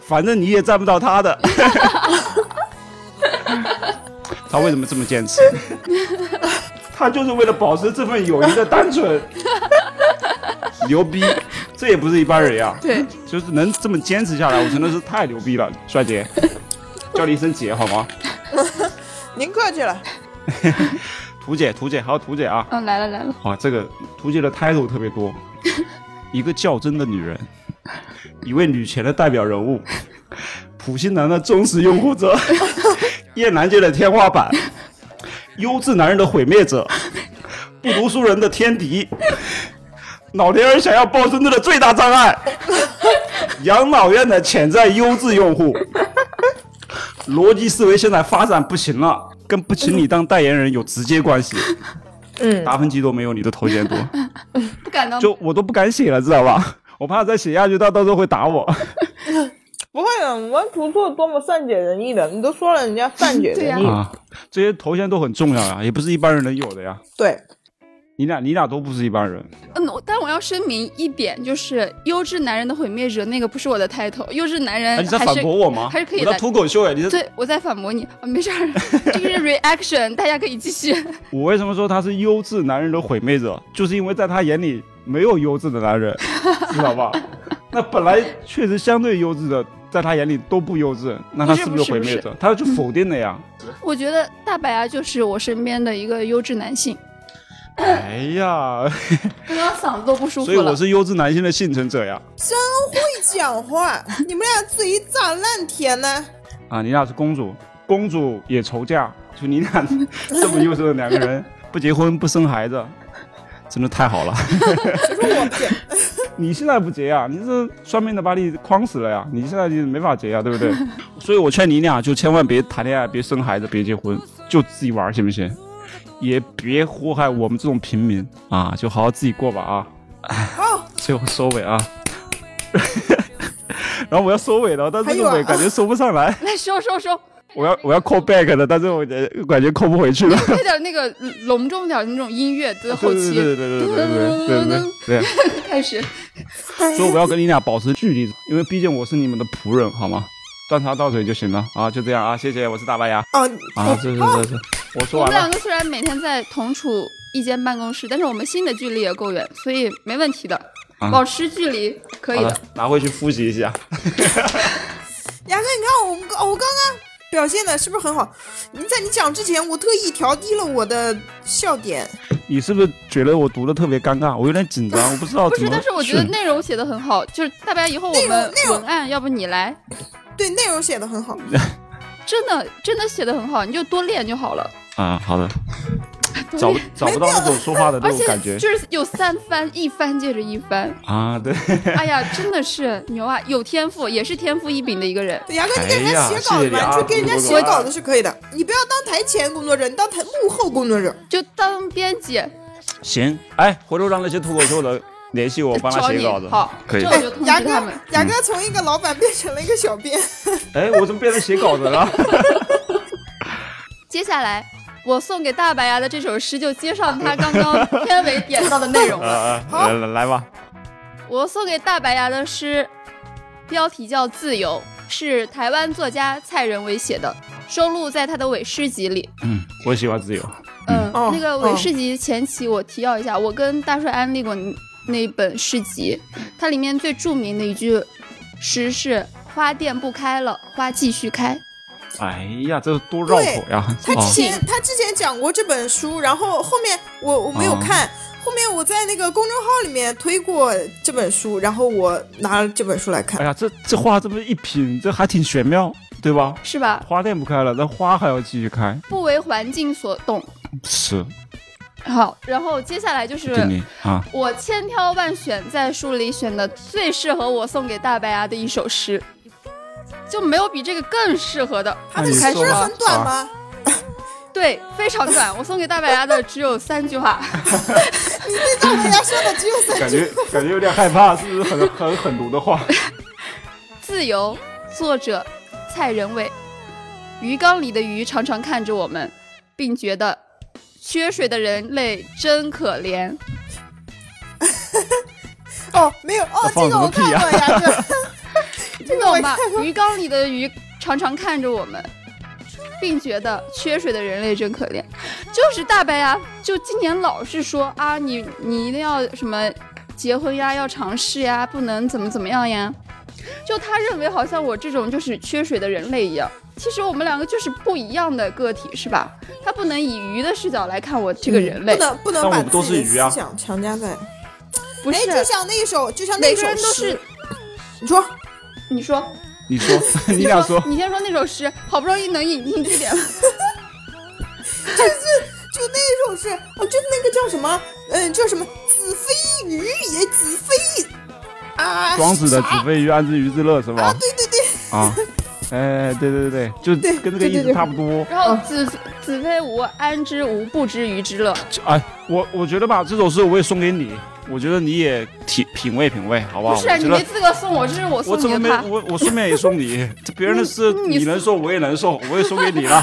A: 反正你也占不到他的。 [laughs] 他为什么这么坚持？他就是为了保持这份友谊的单纯， [laughs] 牛逼，这也不是一般人呀、
B: 对，
A: 就是能这么坚持下来，我真的是太牛逼了，帅姐，叫你一声姐好吗？
C: [laughs] 您客气了，
A: 图姐，图姐，还有图姐啊！
B: 嗯，来了来了，
A: 哇，这个图姐的 title 特别多，一个较真的女人，一位女权的代表人物，普信男的忠实拥护者， [laughs] 厌男界的天花板，优质男人的毁灭者，不读书人的天敌，老年人想要抱孙子的最大障碍，养老院的潜在优质用户。逻辑思维现在发展不行了，跟不请你当代言人有直接关系。
C: 嗯，
A: 达芬奇都没有你的头衔
B: [laughs]
A: 多，
B: 不敢当，
A: 就我都不敢写了，知道吧？ [laughs] 我怕再写下去，他到时候会打我。
C: 不会的，我们图图多么善解人意的，你都说了人家善解
B: [laughs]
C: 人
B: 对
C: 意，
A: 啊，这些头衔都很重要啊，也不是一般人能有的呀。
C: 对，
A: 你俩，你俩都不是一般人。
B: 嗯，我但我要声明一点，就是优质男人的毁灭者那个不是我的 title，优质男人
A: 哎，
B: 还
A: 你
B: 是、
A: 在反驳我吗？
B: 还是可以
A: 我在
B: 来。
A: 脱口秀哎，你是
B: 对，我在反驳你，啊、没事儿， [laughs] 这个是 reaction，大家可以继续。
A: 我为什么说他是优质男人的毁灭者？就是因为在他眼里没有优质的男
B: [laughs]
A: 人，知道吧？那本来确实相对优质的，在他眼里都不优质，那他
B: 不是
A: 是不是
B: 不是
A: 毁
B: 不
A: 灭
B: 是
A: 者？他就否定了
B: [laughs]
A: 呀。
B: 我觉得大白啊，就是我身边的一个优质男性。
A: 哎呀，
B: 刚刚嗓子都不舒服
A: 所以我
B: 了，
A: 是优质男性的幸存者呀。
C: 真会讲话，你们俩自己咋烂天呢？
A: 啊，你俩是公主，公主也愁嫁，就你
C: [laughs]
A: 俩这么优秀的两个人，不结婚不生孩子，真的太好了。
C: [laughs] 其实我
A: [laughs]
C: 不也
A: 你现在不结呀、你这双面的把你框死了呀，你现在就没法结呀、对不
C: [laughs]
A: 对？所以我劝你俩就千万别谈恋爱，别生孩子，别结婚，就自己玩儿，行不行？也别祸害我们这种平民啊，就好好自己过吧啊。
C: 哦，
A: 最后收尾啊。 [laughs] 然后我要收尾了，但这个
C: 还有
A: 尾
C: 啊
A: 感觉收不上来，
B: 来收收收，
A: 我要我要 call back 的，但是我觉得感觉 call 不回去了。
B: 快点那个嗯隆重点儿那种音
A: [laughs]
B: 乐，
A: 对对对对对对对对对
B: 的后期
A: 对对
B: [laughs]
A: 对，
B: 开始。
A: 所
C: 哎
A: 以我要跟你俩保持距离，因为毕竟我是你们的仆人，好吗？端茶倒水就行了啊，就这样啊，谢谢，我是大白牙
C: 哦，
A: 啊，是是是是，我说
B: 我
A: 完
B: 们两
A: 了，
B: 个虽然每天在同处一间办公室，但是我们心的距离也够远，所以没问题的，
A: 啊
B: 保持距离可以
A: 好
B: 的。
A: 的，拿回去复习一下。
C: 牙哥，你看我们刚我刚刚表现的是不是很好？你在你讲之前，我特意调低了我的笑点。
A: 你是不是觉得我读的特别尴尬？我有点紧张，我不知道
B: 不
A: 怎
B: 是，
A: 么。
B: 但是我觉得内容写的很好，就是大白，以后我们
C: 内容
B: 文案，要不你来，
C: 对，内容写的很好。
B: 真的真的写的很好，你就多练就好了。
A: 啊，好的，
B: 多
A: 找
B: 练，
A: 找不到那种说话的那
B: 而
A: 种
B: 且
A: 感觉
B: 就是有三番，一番接着一番，
A: 啊，对。 [laughs]
B: 哎呀，真的是牛啊，有天赋，也是天赋异禀的一个人。
C: 牙哥，你给人家
A: 哎呀
C: 写稿子
A: 谢谢你
C: 吧，
A: 啊
C: 你去给人家
A: 我
C: 写稿子是可以的。你不要当台前工作者，你当台幕后工作者。
B: 就当编辑
A: 行，哎，回头让那些脱口秀的联系我，帮他
B: 找
A: 写
B: 你
A: 稿子。
B: 好，
A: 可以
B: 这
A: 对
B: 哎我就通
C: 牙
B: 知
C: 哥
B: 他们。，
C: 牙
A: 嗯
C: 哥从一个老板变成了一个小编。
A: 哎，我怎么变成写稿子了？
B: 接下来，我送给大白牙的这首诗就接上他刚刚 [laughs] 片尾点到的内容
A: 啊。啊，来来来吧，
B: 我送给大白牙的诗，标题叫《自由》，是台湾作家蔡仁伟写的，收录在他的伪诗集里。
A: 嗯，我喜欢自由。
B: 嗯，
C: 哦
B: 那个伪诗集前期我提要一下，我跟大帅安利过那本诗集，它里面最著名的一句诗是“花店不开了，花继续开
A: 哎呀，这多绕口呀！
C: [laughs] 他之
A: 哦、
C: 前他之前讲过这本书，然后后面我我没
A: 哦
C: 有看，后面我在那个公众号里面推过这本书，然后我拿了这本书来看
A: 哎。呀，这这话这么一品，这还挺玄妙，对吧”，？
B: 是吧？
A: 花店不开了，但花还要继续开。
B: 不为环境所动。
A: 是，
B: 好，然后接下来就是
A: 对你啊，
B: 我千挑万选在书里选的最适合我送给大白牙的一首诗，就没有比这个更适合的。
C: 他的
A: 那你
C: 诗
A: 说吧啊
C: 很短 [laughs] 吗？
B: 对，非常短，我送给大白牙的只有三
A: [laughs]
B: 句话。
C: 你对大白牙说的只有三
A: 感
C: 句。
A: 觉感觉有点害怕，是不是很很狠毒的话？
B: 自由，作者蔡仁伟。鱼缸里的鱼常常看着我们，并觉得缺水的人类真可怜。
C: 哦，没有哦，
A: 放
C: 这
A: 什
C: 个
A: 么
C: 我
A: 屁
C: 看
A: 啊
C: 过
B: [laughs]
C: 牙哥，
B: 你懂吧？鱼缸里的鱼常常看着我们，并觉得缺水的人类真可怜。就是大白呀、就今年老是说啊，你你一定要什么结婚呀，要尝试呀，不能怎么怎么样呀。就他认为好像我这种就是缺水的人类一样，其实我们两个就是不一样的个体，是吧？他不能以鱼的视角来看我这个人类，
C: 不能不能
A: 但我
C: 把
A: 们都
C: 自己
A: 是
C: 的
A: 鱼啊
C: 思想强加在。
B: 不
C: 哎，
B: 是？
C: 就像那首，就像那
B: 每
C: 首
B: 个人都
C: 诗
B: 是，
C: 你说
B: 你说，
A: 你说， [laughs] 你俩说，
B: 你先说那首诗，好不容易能引进这点了。
C: 就那首诗，哦，就那个叫什么，嗯，叫什么“子非鱼也，子非”啊，
A: 庄子的“
C: 啥
A: 子非鱼，安知鱼之乐”是
C: 啊，
A: 吧？
C: 对对对，
A: 啊，哎，对对对对，就
C: 对
A: 跟这个
C: 对
A: 意
C: 对
A: 思
C: 对
A: 差不多。
B: 然后子子非吾，安知吾不知鱼之乐？
A: 这哎，我我觉得吧，这首诗我也送给你，我觉得你也体品味品味，好不好？
B: 不是啊，
A: 我
B: 你
A: 觉
B: 没
A: 得
B: 资格送我，这是我
A: 我
B: 送
A: 怎么
B: 你
A: 没
B: 的他。
A: 我我顺便也送
B: [laughs]
A: 你，这别人的事
B: 你
A: 你能送我也能送，我也送给你
B: [laughs]
A: 了，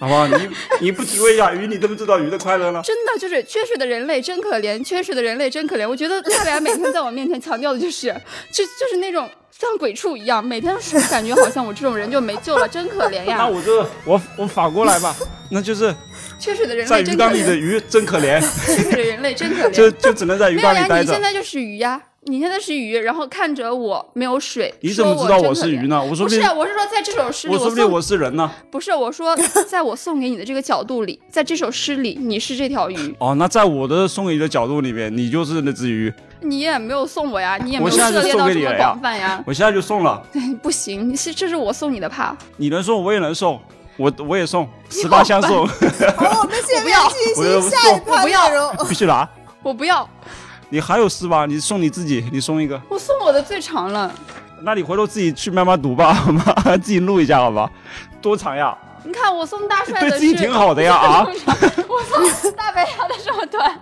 A: 好不好？你你不体会一下鱼，你怎么知道鱼的快乐呢？
B: 真的就是缺水的人类真可怜，缺水的人类真可怜。我觉得大白每天在我面前强调的就是，就就是那种像鬼畜一样，每天是感觉好像我这种人就没救了，真可怜
A: 那
B: 呀！
A: 我这我我反过来吧， [laughs] 那就是
B: 缺水的人
A: 在
B: 类
A: 鱼
B: 真可
A: 缸里的
B: 怜，
A: 鱼真可怜，
B: [laughs] 缺水的人类真可
A: 就
B: 怜。
A: 就只能在鱼
B: 没
A: 缸
B: 有
A: 里
B: 呀，
A: 待
B: 你
A: 着
B: 现。在就是鱼呀，你现在是鱼，然后看着我没有水，
A: 你怎么
B: 说
A: 知道
B: 我
A: 我
B: 真可
A: 是
B: 怜
A: 鱼？呢？我说
B: 不
A: 不
B: 是
A: 定
B: 啊，我是说在这首诗里，
A: 我说不定
B: 送
A: 我是人呢。
B: 不是，我
C: [laughs]
B: 说，在我送给你的这个角度里，在这首诗里，你是这条鱼，
A: 哦，那在我的送给你的角度里面，你就是那只鱼。
B: 你也没有送我呀，你也没
A: 我
B: 有
A: 现在
B: 涉
A: 就
B: 猎
A: 送
B: 到
A: 给
B: 这
A: 你
B: 么
A: 了呀
B: 广泛呀。 [laughs]
A: 我现在就送了，
B: 不行，是这是我送你的帕，
A: 你能送我也能送，我我也送，十八相送，
C: 好，我
B: [laughs]
C: 们现在进
A: 我要
C: 行下一趴
B: 我不要
C: 内
B: [laughs]
C: 容。
A: [laughs] 必须拿。
B: 我不要，
A: 你还有四吧？你送你自己，你送一个，
B: 我送我的最长了。
A: 那你回头自己去慢慢读吧， [laughs] 好吗？自己录一下好吧？多长呀？
B: 你看我送大帅
A: 对
B: 的
A: 自己
B: 是
A: 挺好的呀啊
C: [laughs]
B: 我送大白牙的这么短，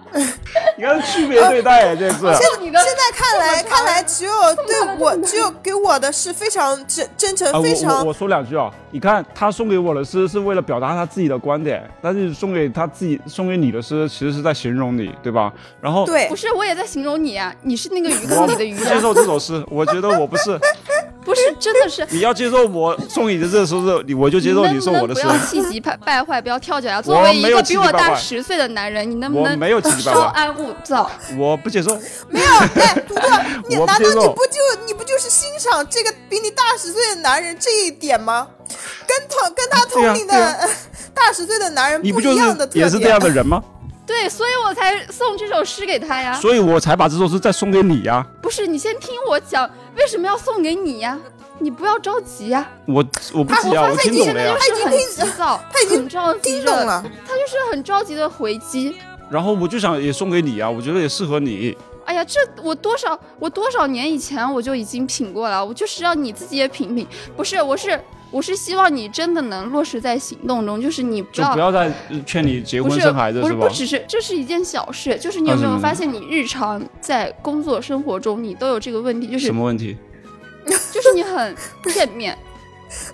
A: 你看区别对待呀，这次。
B: 送你的
C: 现在看来，看来
B: [laughs]
C: 只有对我，只有给我的是非常真真
A: 啊，
C: 诚，
A: 我
C: 非常
A: 我我说两句啊，你看他送给我的诗是为了表达他自己的观点，但是送给他自己送给你的诗其实是在形容你，对吧？然后
C: 对
B: 不。是，我也在形容你啊，你是那个鱼
A: 我
B: 缸里的鱼
A: 不接
B: 啊，
A: 受这首诗，我觉得我不
C: [laughs]
A: 是。
B: 不是，真的是。
A: 你要接受我送你的这首诗，你我 [laughs] 就接受你送我的
B: 你
A: 诗
B: 能不。能不要气急败败坏，不要
A: [laughs]
B: 跳脚呀。
A: 我
B: 作为一
A: 没有
B: 个
A: 气
B: 比
A: 急
B: 我
A: 败
B: 大
A: 坏
B: 十岁的男人，你能不
A: 我
B: 能
A: 没有气急败
B: 稍
A: 坏，
B: 安勿躁？
A: 我不接受。
C: 没有，哎，土豆，你
A: 我不
C: 难
A: 接
C: 道
A: 受
C: 你不就你不就是欣赏这个比你大十岁的男人这一点吗？跟同跟他同龄的、
A: 对呀对
C: 大十岁的男人
A: 你不
C: 不
A: 就
C: 一
A: 是
C: 样的特点，啊
A: 也是这样的人吗？
B: 对，所以我才送这首诗给他呀。
A: 所以我才把这首诗再送给你呀、
B: 不是，你先听我讲，为什么要送给你呀？你不要着急呀。哎
A: 我我不急啊，
C: 他
A: 我
C: 他
A: 听
C: 已
A: 懂
B: 现
A: 了
B: 在
A: 呀
B: 就。是很急躁，
C: 他已经
B: 很着急
C: 听
B: 着
C: 懂，了。
B: 他就是很着急的回击。
A: 然后我就想也送给你啊，我觉得也适合你。
B: 哎呀，这我多少我多少年以前我就已经品过了，我就是让你自己也品品。不是，我是我是希望你真的能落实在行动中，就是你不
A: 就
B: 要
A: 不要再劝你结
B: 哦不
A: 婚
B: 是
A: 生孩子
B: 不是
A: 吧
B: 不？只是这是一件小事，就是你有
A: 啊
B: 没
A: 什
B: 有
A: 么
B: 发现你日常在工作生活中你都有这个问题，就是
A: 什么问题？
B: [laughs] 就是你很片面。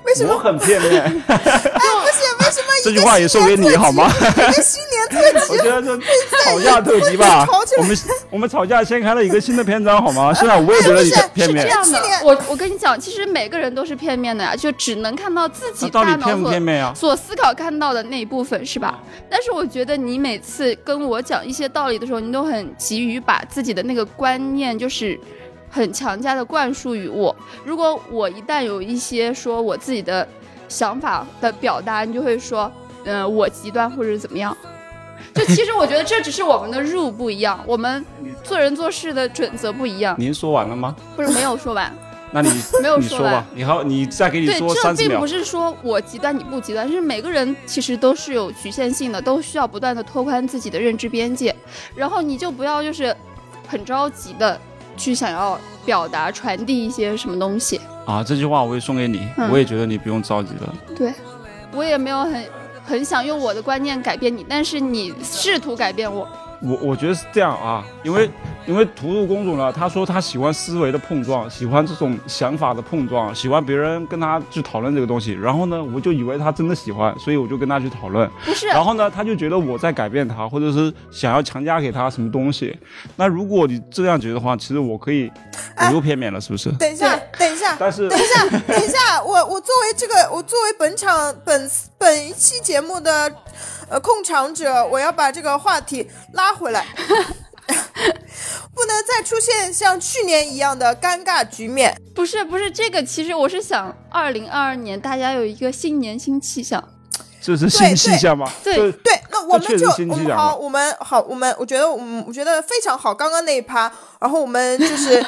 C: 为什么哎
A: 我很片
B: [laughs]
A: 面，
C: 不是？为什么一个
A: 这句话也送给你好吗？
C: 一个新年特辑
A: 我觉得
B: [laughs]
A: 这吵架特辑吧
C: 吵起，来
A: 我们我们吵架掀开了一个新的篇章好
B: [laughs]
A: 吗？虽然我也觉得你
C: 不是
A: 片面
B: 这，样的
C: 这样，
B: 我我跟你讲，其实每个人都是片面的呀，就只能看到自己
A: 那到
B: 大
A: 底
B: 脑
A: 片不
B: 所
A: 片面啊呀？
B: 所思考看到的那一部分，是吧？
A: 嗯
B: 但是我觉得你每次跟我讲一些道理的时候，你都很急于把自己的那个观念就是。很强加的灌输于我。如果我一旦有一些说我自己的想法的表达，你就会说，嗯、我极端或者怎
A: [laughs]
B: 么样。就其实我觉得这只是我们的入不一样，我们做人做事的准则不一样。
A: 您说完了吗？
B: 不是没有说完，
A: 那你
B: 没有
A: 你
B: 说
A: 说吧
B: 完，
A: 你好，你再给你
B: 对，
A: 说
B: 这
A: 三十
B: 并
A: 秒
B: 不。是说我极端你不极端，是每个人其实都是有局限性的，都需要不断的拓宽自己的认知边界。然后你就不要就是很着急的去想要表达传递一些什么东西。
A: 啊，这句话我也送给你，
B: 嗯
A: 我也觉得你不用着急了。
B: 对，我也没有很很想用我的观念改变你，但是你试图改变我。
A: 我我觉得是这样啊，因为因为图图公主呢，她说她喜欢思维的碰撞，喜欢这种想法的碰撞，喜欢别人跟她去讨论这个东西。然后呢，我就以为她真的喜欢，所以我就跟她去讨论。
B: 不是，
A: 然后呢，她就觉得我在改变她，或者是想要强加给她什么东西。那如果你这样觉得的话，其实我可以，我又片面了，是不是？
C: 等一下，等一下，下，
A: 但是
C: 等一下，等一下，我我作为这个，我作为本场本本一期节目的呃控场者，我要把这个话题拉回来， [laughs] 不能再出现像去年一样的尴尬局面。
B: 不是不是，这个其实我是想，二零二二年大家有一个新年新气象，
A: 这是新气象吗？
B: 对
A: 这
B: 对，
C: 对，那我
A: 这确
C: 们
A: 实
C: 就
A: 新
C: 我
A: 气
C: 们
A: 象
C: 好，我们好，我们我觉得我们我觉得非常好，刚刚那一趴，然后我们就是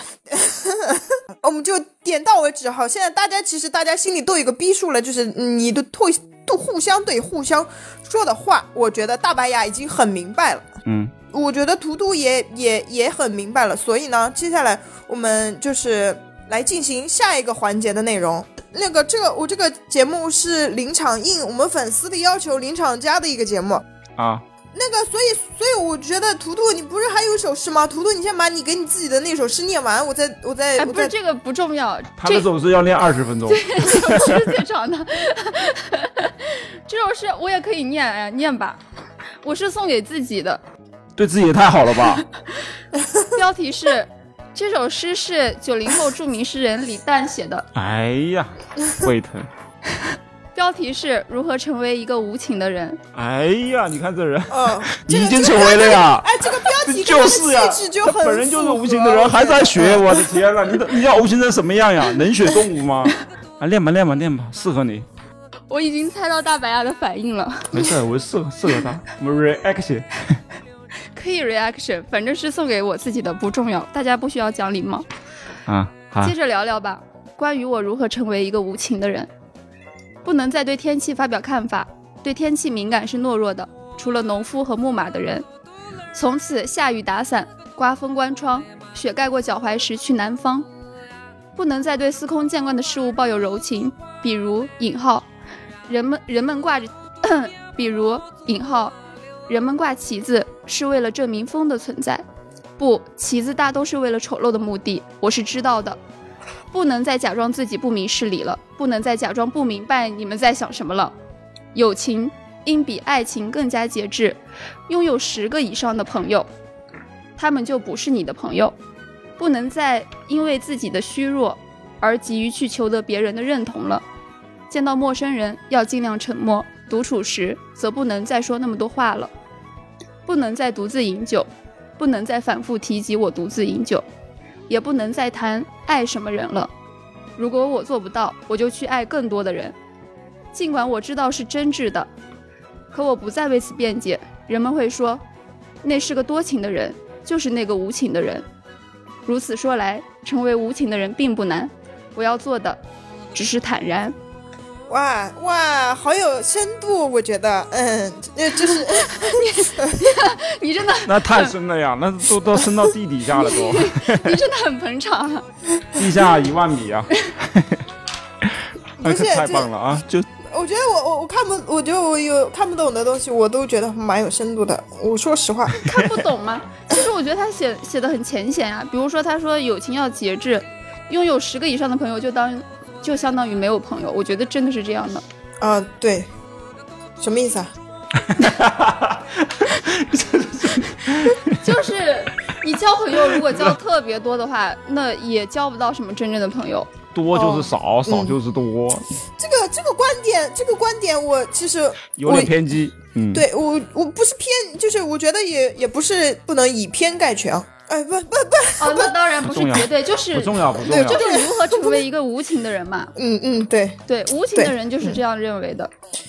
C: [laughs] 我们就点到为止。好，现在大家其实大家心里都有一个逼数了，就是嗯你的互都互相对互相说的话，我觉得大白牙已经很明白了。
A: 嗯，
C: 我觉得图图也也也很明白了，所以呢，接下来我们就是来进行下一个环节的内容。那个，这个我这个节目是临场应我们粉丝的要求，临场加的一个节目。
A: 啊，
C: 那个，所以所以我觉得图图，你不是还有一首诗吗？图图，你先把你给你自己的那首诗念完，我再我
B: 哎，
C: 再我
B: 不
C: 再
B: 是这个不重要，
A: 他
B: 这
A: 的总是要练二十分钟，
B: 这是最长的。这首诗我也可以念，哎，念吧。我是送给自己的，
A: 对自己也太好了吧？ [laughs]
B: 标题是这首诗是九零后著名诗人李诞写的，
A: 哎呀，胃疼。
B: 标题是如何成为一个无情的人。
A: 哎呀，你看这人，
C: 嗯，
A: 你
C: 这个
A: 已经
C: 这
A: 成
C: 个
A: 为了呀。
C: 哎，这个标题跟
A: 就
C: 他
A: 是
C: 的
A: 呀
C: 气质就，
A: 他
C: 很
A: 本人就是
C: 符合
A: 无情的人，还在学，我的天呐，你的你要无情成什么样呀？冷血动物
C: [laughs]
A: 吗？啊，练吧练吧练吧，适合你，
B: 我已经猜到大白牙的反应了，
A: 没事，我适合适合他。我们 reaction，
B: 可以 reaction，反正是送给我自己的，不重要，大家不需要讲礼貌。
A: 啊，好
B: 接，着聊聊吧，关于我如何成为一个无情的人。不能再对天气发表看法，对天气敏感是懦弱的，除了农夫和牧马的人。从此下雨打伞，刮风关窗，雪盖过脚踝时去南方。不能再对司空见惯的事物抱有柔情，比如引号，人们人们挂着， [coughs] 比如引号，人们挂旗子是为了证明风的存在。不，旗子大都是为了丑陋的目的，我是知道的。不能再假装自己不明事理了，不能再假装不明白你们在想什么了。友情应比爱情更加节制，拥有十个以上的朋友，他们就不是你的朋友。不能再因为自己的虚弱而急于去求得别人的认同了。见到陌生人要尽量沉默，独处时则不能再说那么多话了。不能再独自饮酒，不能再反复提及我独自饮酒，也不能再谈爱什么人了。如果我做不到，我就去爱更多的人。尽管我知道是真挚的，可我不再为此辩解。人们会说，那是个多情的人，就是那个无情的人。如此说来，成为无情的人并不难。我要做的，只是坦然。
C: 哇哇，好有深度，我觉得，嗯，呃，
A: [laughs]
C: 就是。
B: [laughs] 你真的，
A: 那太深了呀，那
C: [laughs]
A: 都都深到地底下了，都
B: 你真的很捧场啊。
A: 地下一万米啊！
C: 不是
A: 哎 [laughs] 太
C: 这
A: 棒了啊！就
C: 我觉得我我我看不，我觉得嗯我有看不懂的东西，我都觉得蛮有深度的。我说实话，
B: 看不懂 [laughs] 吗？其实我觉得他写写的很浅显啊，比如说他说友情要节制，拥有十个以上的朋友就当就相当于没有朋友，我觉得真的是这样的。
C: 啊、对，什么意思啊？
B: 就是你交朋友如果交特别多的话， [laughs] 那也交不到什么真正的朋友。
A: 多就是少，
C: 哦嗯
A: 少就是多，
C: 这个这个观点，这个观点我其实
A: 有
C: 我
A: 点偏激。嗯，
C: 对我我不是偏，就是我觉得也也不是不能以偏概全。哎，不不不，
B: 哦，那当然不是
A: 不重要
B: 绝对，就是
A: 不重要，不重
C: 对
A: 要
C: 这。
B: 就是如何成为一个无情的人嘛。
C: 嗯嗯，对。
B: 对，无情的
C: 对
B: 人就是这样认为的。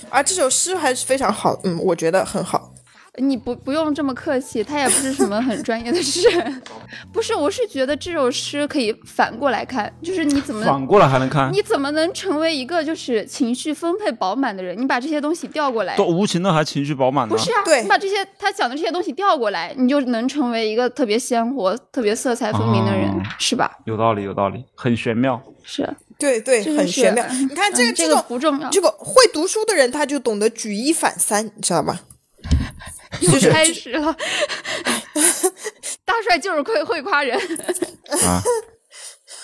C: 啊，这首诗还是非常好，嗯，我觉得很好。
B: 你不不用这么客气，他也不是什么很专业的事。 [laughs] 不是，我是觉得这首诗可以反过来看，就是你怎么
A: 反过来还能看，
B: 你怎么能成为一个就是情绪丰沛饱满的人？你把这些东西调过来
A: 都，无情的还情绪饱满呢
B: 不。是啊？
C: 对
B: 你把这些他讲的这些东西调过来，你就能成为一个特别鲜活、特别色彩分明的人，
A: 哦
B: 是吧？
A: 有道理，有道理，很玄
C: [laughs]
A: 妙。
B: 是，
C: 对对
B: 这，
C: 很
B: 是
C: 玄妙。你看这
B: 嗯
C: 个
B: 这
C: 这
B: 个
C: 种
B: 不重
A: [laughs]
B: 要，
C: 这个会读书的人，他就懂得举一反三，你知
B: [laughs]
C: 道吧？
B: 又
C: 是
B: 开始了。大帅就是会会夸人，
A: 啊，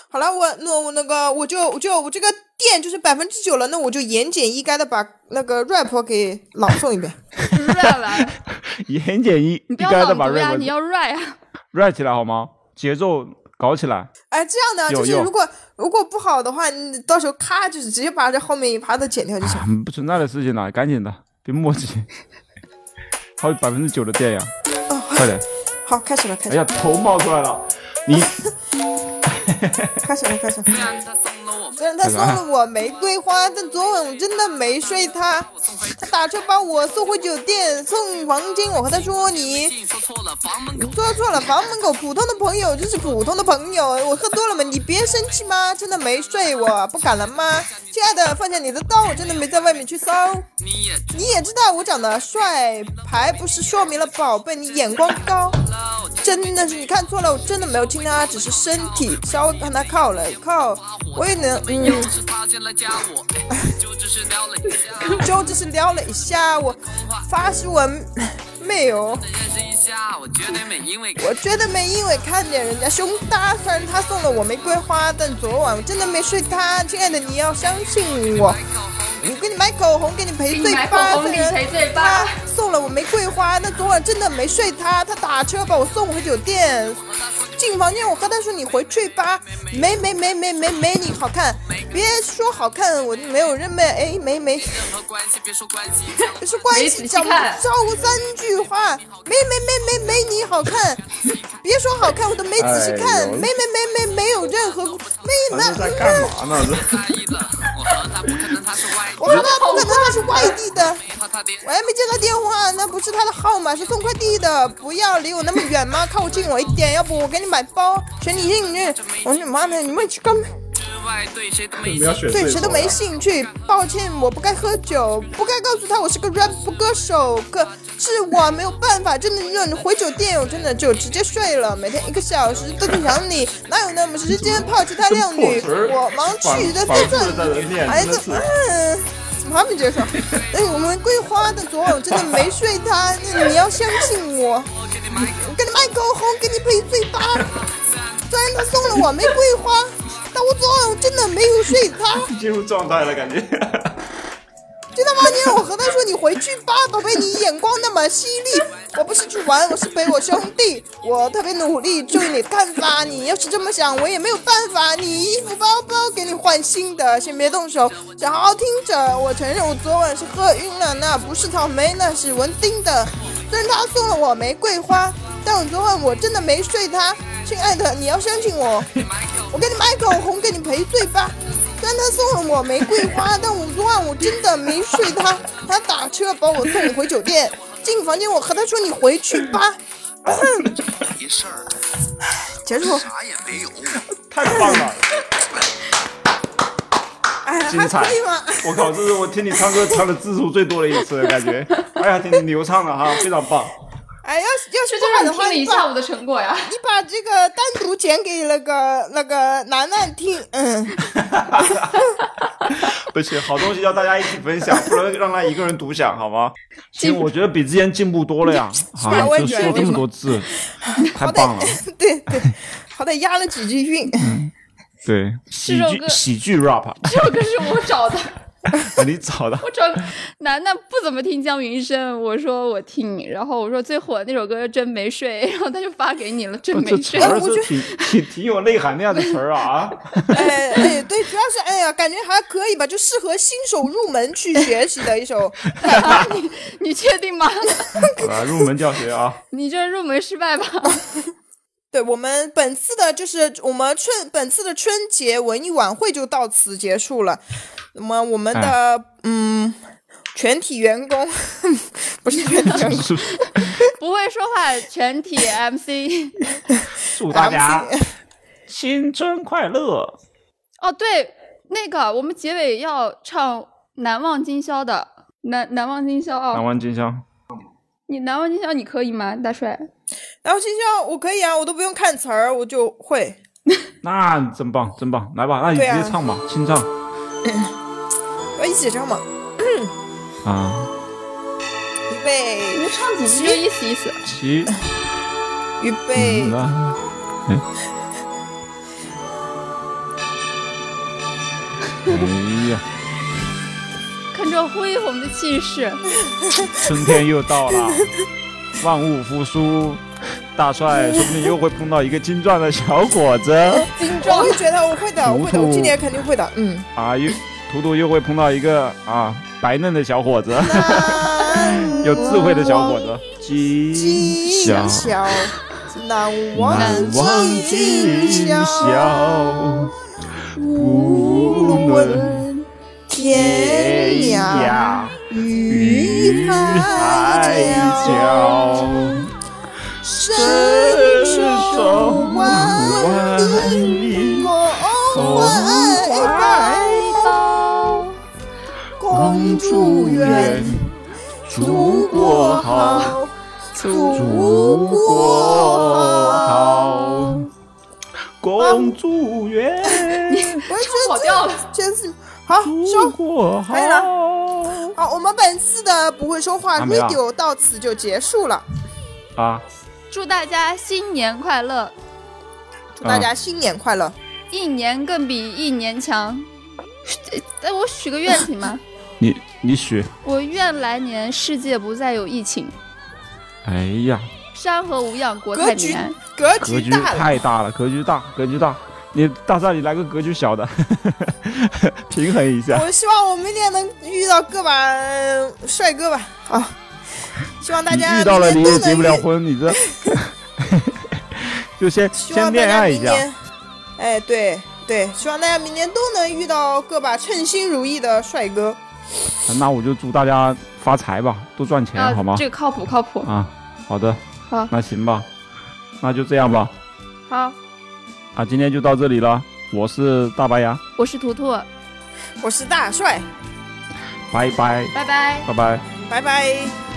C: 好了，我那我那个我就我就我这个店就是百分之九了，那我就言简意赅的把那个 rap 给朗诵一遍。
B: rap 啊，
A: [laughs] 言简意
B: 你
A: 意
B: 不要
A: 赅的把
B: 朗读呀，
A: rap
B: 你要 rap 啊。
A: rap 起来好吗？节奏
D: 搞起来。
C: 哎，这样的
D: 有
C: 就是
D: 用
C: 如果如果不好的话，你到时候咔就是直接把这后面一趴都剪掉就
B: [laughs]
C: 行。
D: 啊，不存在的事情了，赶紧的，别磨叽。 [laughs] 还有百分之九的电呀，
C: 哦
D: 快点！
C: 好，开始了，开
D: 哎
C: 始
D: 呀，
C: 了，
D: 头冒出来了，你
C: 开始了，开始了。
E: 虽然他送了我
C: 虽然他送了我玫瑰花，但昨晚我真的没睡他。他打车把我送回酒店，送黄金。我和他说：“你
E: 信，说错了房门口。
C: 说错了，房门口普通的朋友就是普通的朋友。我喝多了嘛，你别生气嘛，真的没睡我，不敢了吗？亲爱的，放下你的刀，我真的没在外面去搜。
E: 你也
C: 你也知道我长得帅，还不是说明了宝贝你眼光高？真的是你看错了，我真的没有亲他，只是身体稍微跟他靠了靠，我也能嗯。”
E: 是他先来加我，哎就只是聊了一下，
C: 就只是撩了一下，我发誓我没有，
E: 认识一下，我绝对没因为
C: 我觉得没因为看见人家胸大，虽然他送了我玫瑰花，但昨晚我真的没睡他。亲爱的，你要相信我，我给你买口红，给你赔罪吧，虽然他送了我玫瑰花，但昨晚真的没睡他，他打车把我送回酒店。进房间，我和他说：“你回去吧，没没没没没没你好看，别说好看，我就没有认妹，哎没没。”
E: 任何关系，别说关系，
C: 可是关系讲不超过三句话，没没没没没你好看， [laughs] 别说好看，我都没仔细看，没没没没没有任何没
A: 哎咱这在
C: 没，
A: 干嘛
D: [laughs]
A: 呢？这
E: 在意的，我和他不可能，他是外
C: 我和他不可能他是外地的，
E: 地，和他连
C: 我还没接他电话，那不是他的号码，是送快递的，不要离我那么远嘛，靠近我一点，要不我给你买包，选你幸运。我说妈的，你们去干嘛？
E: 之外对谁都没
A: 你要
E: 兴
A: 选
E: 趣。
C: 对谁
A: 手
C: 都没
A: 了
C: 兴趣。抱歉，我不该喝酒，不该告诉他我是个 rap 歌手，可是我没有办法，真的让你回酒店，我真的就直接睡了。每天一个小时都在想你，哪有那么时间泡其他靓女？
A: 这破词儿
C: 我忙去的
A: 反
C: 在
A: 反复在那
C: 这，
A: 念
C: 孩
A: 真
C: 子
A: 的，是
C: 嗯。怎么还没结束？哎，我玫瑰花的昨晚我真的没睡他，那你要相信我。我给你买口红，给你赔罪吧。虽然他送了我玫瑰花，但我昨晚我真的没有睡他。
A: 进入状态了，
D: [laughs]
A: 感觉。
C: 真的吗？你让我和他说你回去吧，宝贝，你眼光那么犀利。我不是去玩，我是陪我兄弟，我特别努力，注意你的看法。你要是这么想，我也没有办法。你衣服、包包给你换新的，先别动手，想好好听着。我承认我昨晚是喝晕了，那不是草莓，那是蚊叮的。虽然他送了我玫瑰花，但我昨晚我真的没睡他。亲爱的，你要相信我。我给你买口红，给你赔罪吧。虽然他送了我玫瑰花，但我昨晚我真的没睡他。他打车把我送回酒店，进房间我和他说：“你回去吧。
E: 哎没事儿，”
C: 结束。
E: 啥也没有。
A: 太棒了！
C: 哎，还
A: 精彩
C: 可以吗？
A: 我靠，这是我听你唱歌唱的字数最多的一次，感觉，哎呀，挺流畅的哈，非常棒。
C: 哎，要是要
B: 这
C: 是
B: 就
C: 不好
B: 是你听
C: 的话，
B: 了一
C: 你
B: 下
C: 把
B: 午的成果呀。 [laughs]
C: 你把这个单独剪给那个那个楠楠听，嗯， [laughs]
A: 不是，好东西要大家一起分享，不能让他一个人独享，好吗？其实我觉得比之前进步多了呀，啊，
C: 我也
A: 就
C: 觉得
A: 说这么多字，太棒了。
C: 对对，好歹押了几句
E: [laughs]
C: 韵。
A: 对，喜
B: 这首
A: 剧
B: 歌
A: 喜剧 rap，
B: 这首歌是我找的，
A: 你找的
B: 我找楠楠不怎么听江云生，我说我听，然后我说最火的那首歌《真没睡》，然后他就发给你了，《真没
A: 这词
B: 睡》。
A: 儿
C: 我
A: 是
C: 觉得
A: 挺挺挺有内涵的呀，这词儿啊，
C: 哎哎，对，主要是哎呀，感觉还可以吧，就适合新手入门去学习的一首。
B: [laughs] 你确定吗？ [laughs]
A: 啊，入门教学啊，
B: 你这入门失败吧？
C: 对我们本次的，就是我们春本次的春节文艺晚会就到此结束了。那么我们的、
A: 哎
C: 嗯，全体员工 [laughs] 不是全体员工， [laughs]
B: 不会说话，全体 MC。
A: 祝大家新春快乐。
B: [laughs] 哦，对，那个我们结尾要唱《难忘今宵》的，难难忘今宵啊、
A: 南
B: 哦！
A: 湾今宵，
B: 你难忘今宵你可以吗，大帅？
C: 然后今天我可以啊，我都不用看词儿，我就会。
A: 那真棒，真棒，来吧，那你直
C: 对啊
A: 接唱吧，清唱
C: 要一起唱嘛，
A: 啊，
C: 预备，
B: 你唱几句就意思意思。
A: 起
C: 预备，
A: 嗯来，哎哎呀，
B: 看这恢宏的气势， [laughs]
A: 春天又到了，万物复苏，大 [laughs] 帅，说不定又会碰到一个精壮的小伙子。
C: 我会觉得我会的，我会的，我今年肯定会的。嗯，
A: 啊，又图图又会碰到一个啊白嫩的小伙子， [laughs] 有智慧的小伙子。
C: 今
A: 吉
C: 宵
A: 祥，
C: 难忘
A: 难忘今
C: 今
A: 宵，
C: 无
A: 无论
C: 论天
A: 天
C: 涯
A: 涯
C: 与
A: 与
C: 海
A: 海
C: 角，
A: 角，
C: 伸
A: 伸
C: 手
A: 手
C: 挽
A: 挽你
C: 梦
A: 梦
C: 怀
A: 怀
C: 抱，公主愿
A: 祖国好，，
C: 祖国好。，
A: 公主愿，
C: 我唱
B: 跑调了，
C: 真是好
A: 祖
C: 收。
A: 国好
C: 可以。好，我们本次的不会说话
A: 啊没了
C: radio 到此就结束了，
A: 啊，
B: 祝大家新年快乐，
C: 祝大家新年快乐！
B: 一年更比一年强。哎，我许个愿行
C: [laughs]
B: 吗？
A: 你你许，
B: 我愿来年世界不再有疫情，
A: 哎呀，
B: 山河无恙，国
C: 格
B: 泰
C: 局
B: 民安。
C: 格
A: 格
C: 局
A: 局
C: 大了，
A: 太大了，格局大，格局大。你大帅，你来个格局小的， [laughs] 平衡一下。
C: 我希望我明年能遇到个把帅哥吧啊！希望大
A: 你
C: 家
A: 遇到了
C: 明
A: 你
C: 年
A: 也
C: 都
A: 结不了
C: 能遇，
A: 婚，你这 [laughs] 就先
C: 希
A: 先
C: 望大
A: 恋
C: 家
A: 爱一
C: 明
A: 下。
C: 年，哎，对对，希望大家明年都能遇到个把称心如意的帅哥。
A: 啊那我就祝大家发财吧，多赚钱、好吗？
B: 啊这个靠谱靠谱。
A: 啊，好的，
B: 好
A: 那行吧，那就这样吧。
B: 好，
A: 啊，今天就到这里了，我是大白牙，
B: 我是图图，
C: 我是大帅，
A: 拜拜，
B: 拜拜。
A: 拜拜。
C: 拜拜。